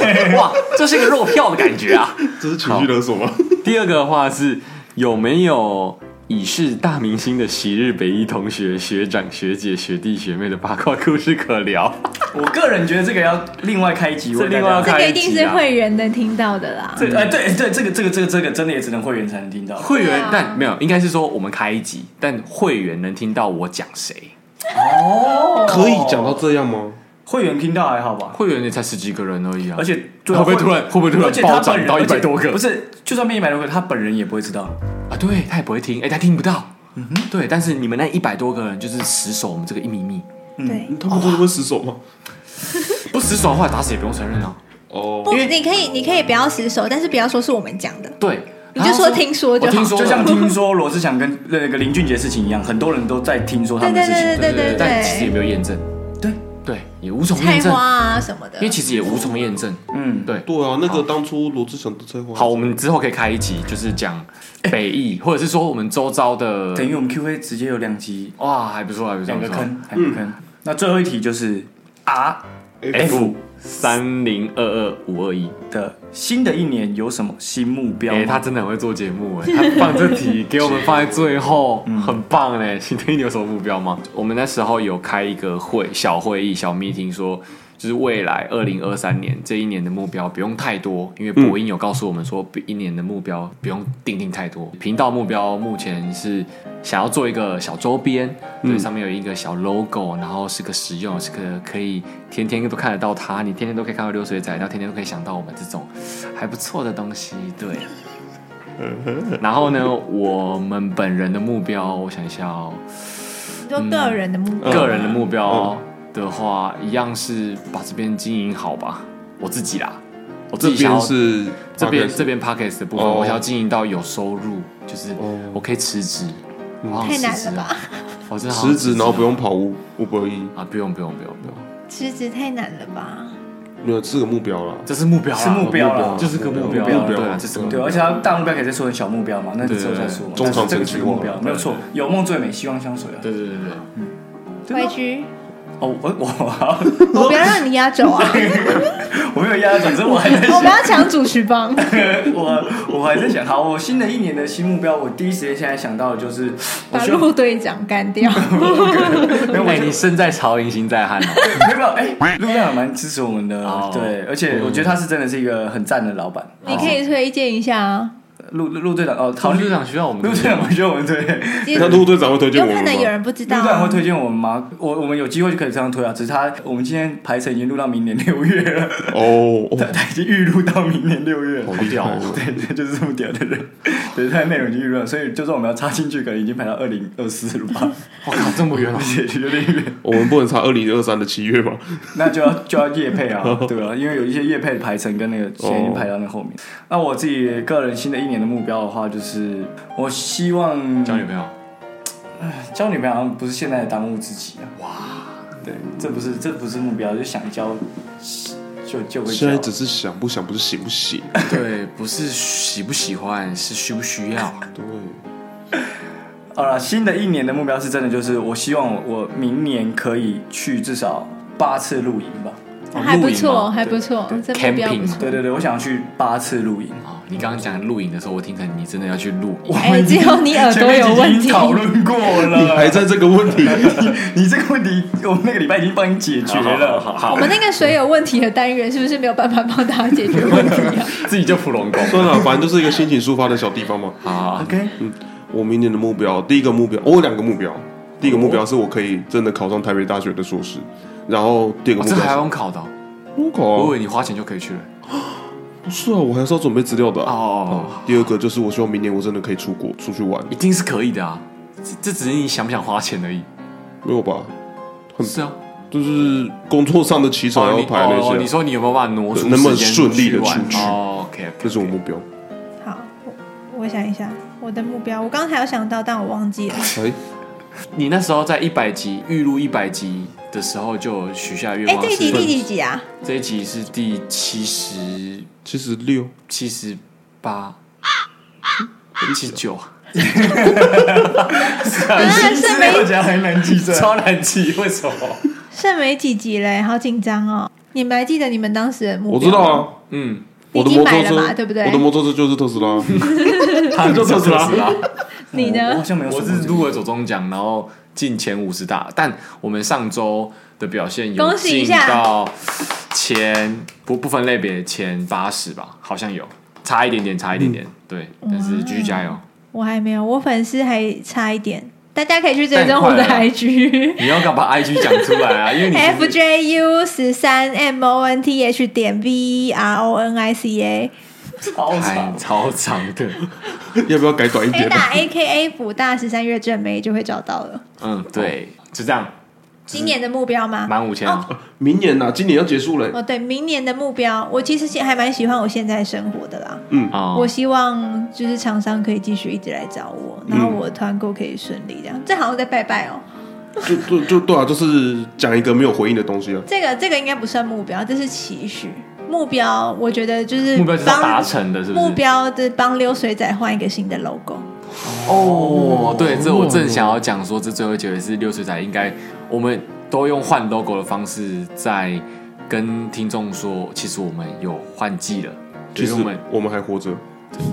哎 哇，这是一个肉票的感觉啊！
这是情绪勒索吗？
第二个的话是有没有已是大明星的昔日北一同学、学长、学姐、学弟、学妹的八卦故事可聊？
我个人觉得这个要另外开一集，
这
为大家
另外要
这
开
个一定是会员能听到的啦。
这哎对对，这个这个这个这个真的也只能会员才能听到。
会员
对啊，
但没有，应该是说我们开一集，但会员能听到我讲谁？
哦，
可以讲到这样吗？
会员听到还好吧？
会员也才十几个人而已啊，
而且
会不会突然会不会突然
而且他
暴涨
本人
到
而且
100多个
不是，就算变一百多个，他本人也不会知道。
啊，对他也不会听，哎、他听不到。
嗯
对，但是你们那一百多个人就是死守我们这个一秘密，
对，
嗯
他们真的会死守吗？
不死守的话打死也不用承认啊。
哦，
不，你可以你可以不要死守，但是不要说是我们讲的。
对，
你就说听说
我
就好
听说
就
了
像听说罗志祥跟那个林俊杰事情一样，很多人都在听说他们的事情。
对
对
对
但其实也没有验证，
对，
对，也无从
菜
验证
花，啊什么的
因为。其实也无从验证。
嗯，
对，
对啊，那个当初罗志祥的策划
好，我们之后可以开一集，就是讲
哎
北艺，或者是说我们周遭的，
等于我们 Q A 直接有两集，
哇，还不错，还不错，
两个
还不错
坑，两个坑。那最后一题就是 R
哎
哎
F 三零二二五二一，
的新的一年有什么新目标吗？
哎，他真的很会做节目哎，他放这题给我们放在最 后，很棒欸嘞。新的一年有什么目标吗？嗯我们那时候有开一个会，小会议、小 meeting 说。就是未来二零二三年这一年的目标不用太多，因为博音有告诉我们说，一年的目标不用定定太多。频道目标目前是想要做一个小周边，对，上面有一个小 logo，然后是个实用，是个可以天天都看得到它，你天天都可以看到流水仔，然后天天都可以想到我们这种还不错的东西，对。然后呢，我们本人的目标，我想一下哦，
你说个人的目
嗯
标，
个人的目标的话，一样是把这边经营好吧，我自己啦，我自
这
己想
边
要
是
这边这边 pockets 的部分，
哦
我想要经营到有收入，就是
哦
我可以辞职，我好想
太难
辞职
了
啊，我真的好想
辞职，然后不
哦
用跑 E，五五百一，
啊，不用不用不用不用，
辞职太难了吧？
没有是个目标啦。
这是目标啦，
是啊目标啦
就是个目标，
目标
对啊，这是个目
对，
标
而且他大目标可以再说成小目标嘛，那你之后再说嘛。
对对对
但是这个是
中长期
个
计划
目标，没有错。有梦最美，希望香水啊。
对对对对。
吗
YG，
哦，我我
我不要让你压轴啊！
我没有压转，只是我还在
我
想
不，要抢主持棒。
我我还在想，好，我新的一年的新目标，我第一时间现在想到的就是，我
把
希望
陆队长干掉。
哎，你身在曹营心在汉哦，
没有没有，哎，陆亮蛮支持我们的
哦，
对，而且我觉得他是真的是一个很赞的老板。
你可以推荐一下啊，
陆陆陆队长哦，
曹
陶
队长需要我们
陆队长，我觉得我们对，
其
那
实
陆队长会推荐
有
我
可
们
能有
吗？
人不知道
陆队长会
啊。
推荐我们吗？我我们有机会就可以这样推啊，只是他我们今天排程已经录到明年六月了，
哦，哦
他他已经预录到明年六月了
好。厉害哦！
对 对，就是这么屌的人，对，他的内容已经预录了，所以就算我们要插进去，可能已经排到二零二四了吧，
我靠，这么远哦
而！且有点远。
我们不能差二零二三的七月吧？
那就要就要夜配啊，对啊，因为有一些夜配的排程跟那个时间已经排到那后面。那我自己个人新的一年的目标的话，就是我希望
交女朋友，
交女朋友好像不是现在的当务之急啊。哇，对，这不是这不是目标，就想交就就会交
现。在只是想不想，不是行不行？
对，不是喜不喜欢，是需不需要。
对，
好了，新的一年的目标是真的，就是我希望我我明年可以去至少八次露营吧。
哦
还不
露营
错，
吗
还不错，这目标不
Camping 嘛
错。
对对对，我想去八次露营。
哦，你刚刚讲露营的时候，我听成你真的要去 露营。
哎，只 有你耳
前
朵
面
有问
已经
题。
讨论过了，
你还在这个问题？
你这个问题，我们那个礼拜已经帮你解决了。
好好
我们那个水有问题的单元是不是没有办法帮大家解决问题啊？
自己叫普龙宫。
算了，反正就是一个心情抒发的小地方嘛。
好，
OK，
我明年的目标，第一个目标，我有两个目标。第一个目标是我可以真的考上台北大学的硕士，然后第二个
哦
目
这
标
还要
是
用考的哦，
我考
我以
啊，
为你花钱就可以去了。
不是啊，我还是要准备资料的
哦
啊。
哦，哦
第二个就是我希望明年我真的可以出国出去玩，
一定是可以的啊，这这只是你想不想花钱而已。
嗯没有吧？
是啊，
就是工作上的起手
哦
要
你
排那
哦
些
你
啊，
说你有没有办法挪出
对能不能
时间
顺利地
玩
出去
哦，OK，
这是我目标。
好，我我想一下我的目标，我刚才有想到，但我忘记了。
哎，
你那时候在一百集预录一百集的时候，就有许下愿
哎，
望
这一
是。
集第几集啊？
这一集是第七十
七十六，
七十八。七十九，
啊，剩没
家很难记着
超难记，为什么？
剩没几集嘞，好紧张哦！你们还记得你们当时的目标？
我知道。啊，
嗯，
我
你已
的
经
摩托
买了嘛，
车，
对不对
我的？摩托车就是特斯 拉，
他 就啊特斯拉。
你
我
呢
好？像没有什
我
么。
是入围左中奖，然后进前五十大，但我们上周的表现有
恭喜
进
一下
到前不不分类别前八十吧，好像有差一点点，差一点点，对，但是继续加油。
我还没有，我粉丝还差一点。大家可以去追踪
但
我
快
的
了
IG
你要敢把 IG 讲出来啊，因为你
F
是
J U 十三 M O N T H 点 V R O N I C A，
超
哎
长，
超长的，
要不要改短一
可以
点？
打 A K A 补大十三月正妹就会找到了。
嗯，对，就这样，
今年的目标吗？
满五千啊，
明年呐、今年要结束了、欸
哦，对，明年的目标，我其实现还蛮喜欢我现在生活的啦。
哦
我希望就是厂商可以继续一直来找我，
嗯
然后我的团购可以顺利这样。这好像在拜拜哦，
就就就对啊，就是讲一个没有回应的东西啊。
这个这个应该不算目标，这是期许。目标我觉得就是
目标就是要
帮
达成的，是不
目
是？
标的帮流水仔换一个新的 logo。
哦，对，这我正想要讲说，这最后结尾是六岁仔应该我们都用换 logo 的方式在跟听众说，其实我们有换季了，
其
就是
实
我们
我们还活着，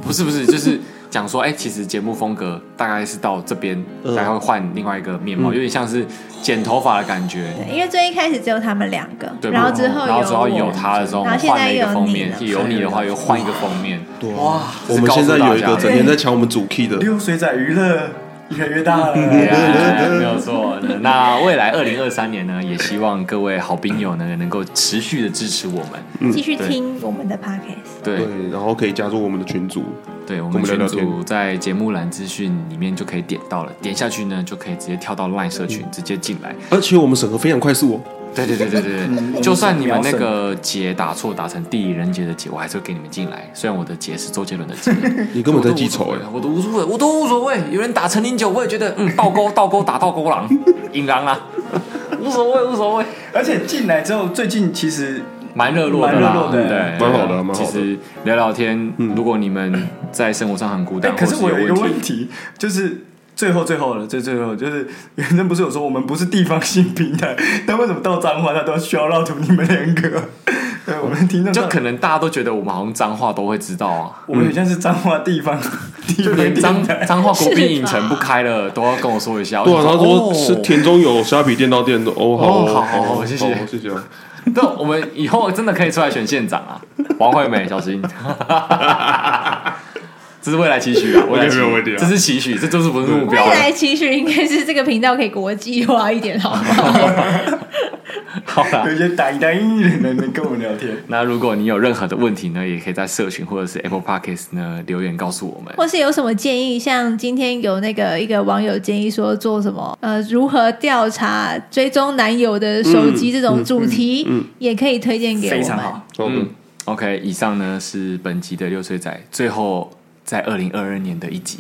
不是不是，就是讲说，哎、其实节目风格大概是到这边，
嗯
才会换另外一个面貌，有点像是剪头发的感觉。
对，因为最一开始只有他们两个，
对吧，
然后之后
然后之后
有
有
我
他的时候，我
然
们
后现
换
在
了一
又
个
有
封
你
面
了；
有你的话，又换一个封面。
对啊
哇，
我们现在有一个整天在抢我们主 key 的，
六水仔娱乐越来越大了。
哎没有错。那未来二零二三年呢，也希望各位好兵友呢能够持续的支持我们。
继续
嗯对
听我们的 podcast。
对
对，然后可以加入我们的群组，
对，我
我
们
们聊
群
聊
组在节目栏资讯里面就可以点到了，点下去呢就可以直接跳到 LINE 社群，直接进来。
而且我们审核非常快速哦。
对对对对对
嗯
对，就算你们那个节打错，打成地理人杰的杰，我还是会给你们进来。虽然我的杰是周杰伦的 杰，
你根本在记仇哎、
我都无所谓，我都无所谓。有人打陈零九，我也觉得嗯，倒钩倒钩打倒钩狼，引狼啊，无所谓无所谓。
而且进来之后，最近其实
蛮热络的啦，
蛮热络的
对，
蛮好的蛮好的嗯
其实聊聊天，如果你们在生活上很孤
哎、
单，
可是
或
我有
是
一个
有
问
问题，
题，就是最后最后了，最最后就是元真不是有说我们不是地方性平台，但为什么到彰化他都需要绕图你们两个？对，我们听众
就可能大家都觉得我们好像脏话都会知道啊，
我们很像是彰化地方，地
就
方
连脏
电台
脏话国宾影城不开了，都要跟我说一下。
对啊，
我就
他说是
哦
田中有虾皮店到店的哦，好
哦
哦
好好好谢谢
谢谢啊。
对，我们以后真的可以出来选县长 啊！王惠美，小心， 这是未来期许啊！未来期
没有问题
许，
啊
这是期许，这就是不是目标啊
未
了。
来期许应该是这个频道可以国际化一点，好不好？
好啦
有，一些打一打音人能能跟我们聊天。
那如果你有任何的问题呢，也可以在社群或者是 Apple Podcast 呢留言告诉我 们。
或是有什么建议？像今天有那个一个网友建议说做什么呃，如何调查追踪男友的手机这种主题，也可以推荐给
非
我
常
们。
好，
好的
嗯，OK，以上呢是本集的六岁仔最后在二零二二年的一集，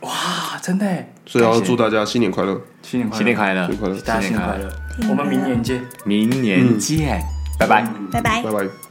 哇，啊真的耶，
所以要
感谢
祝大家新年快乐，
新年快乐，
新年快乐，
新年快乐，
大家新年快乐，我们明年见。
嗯明年见，拜拜。
嗯
拜拜
拜。拜。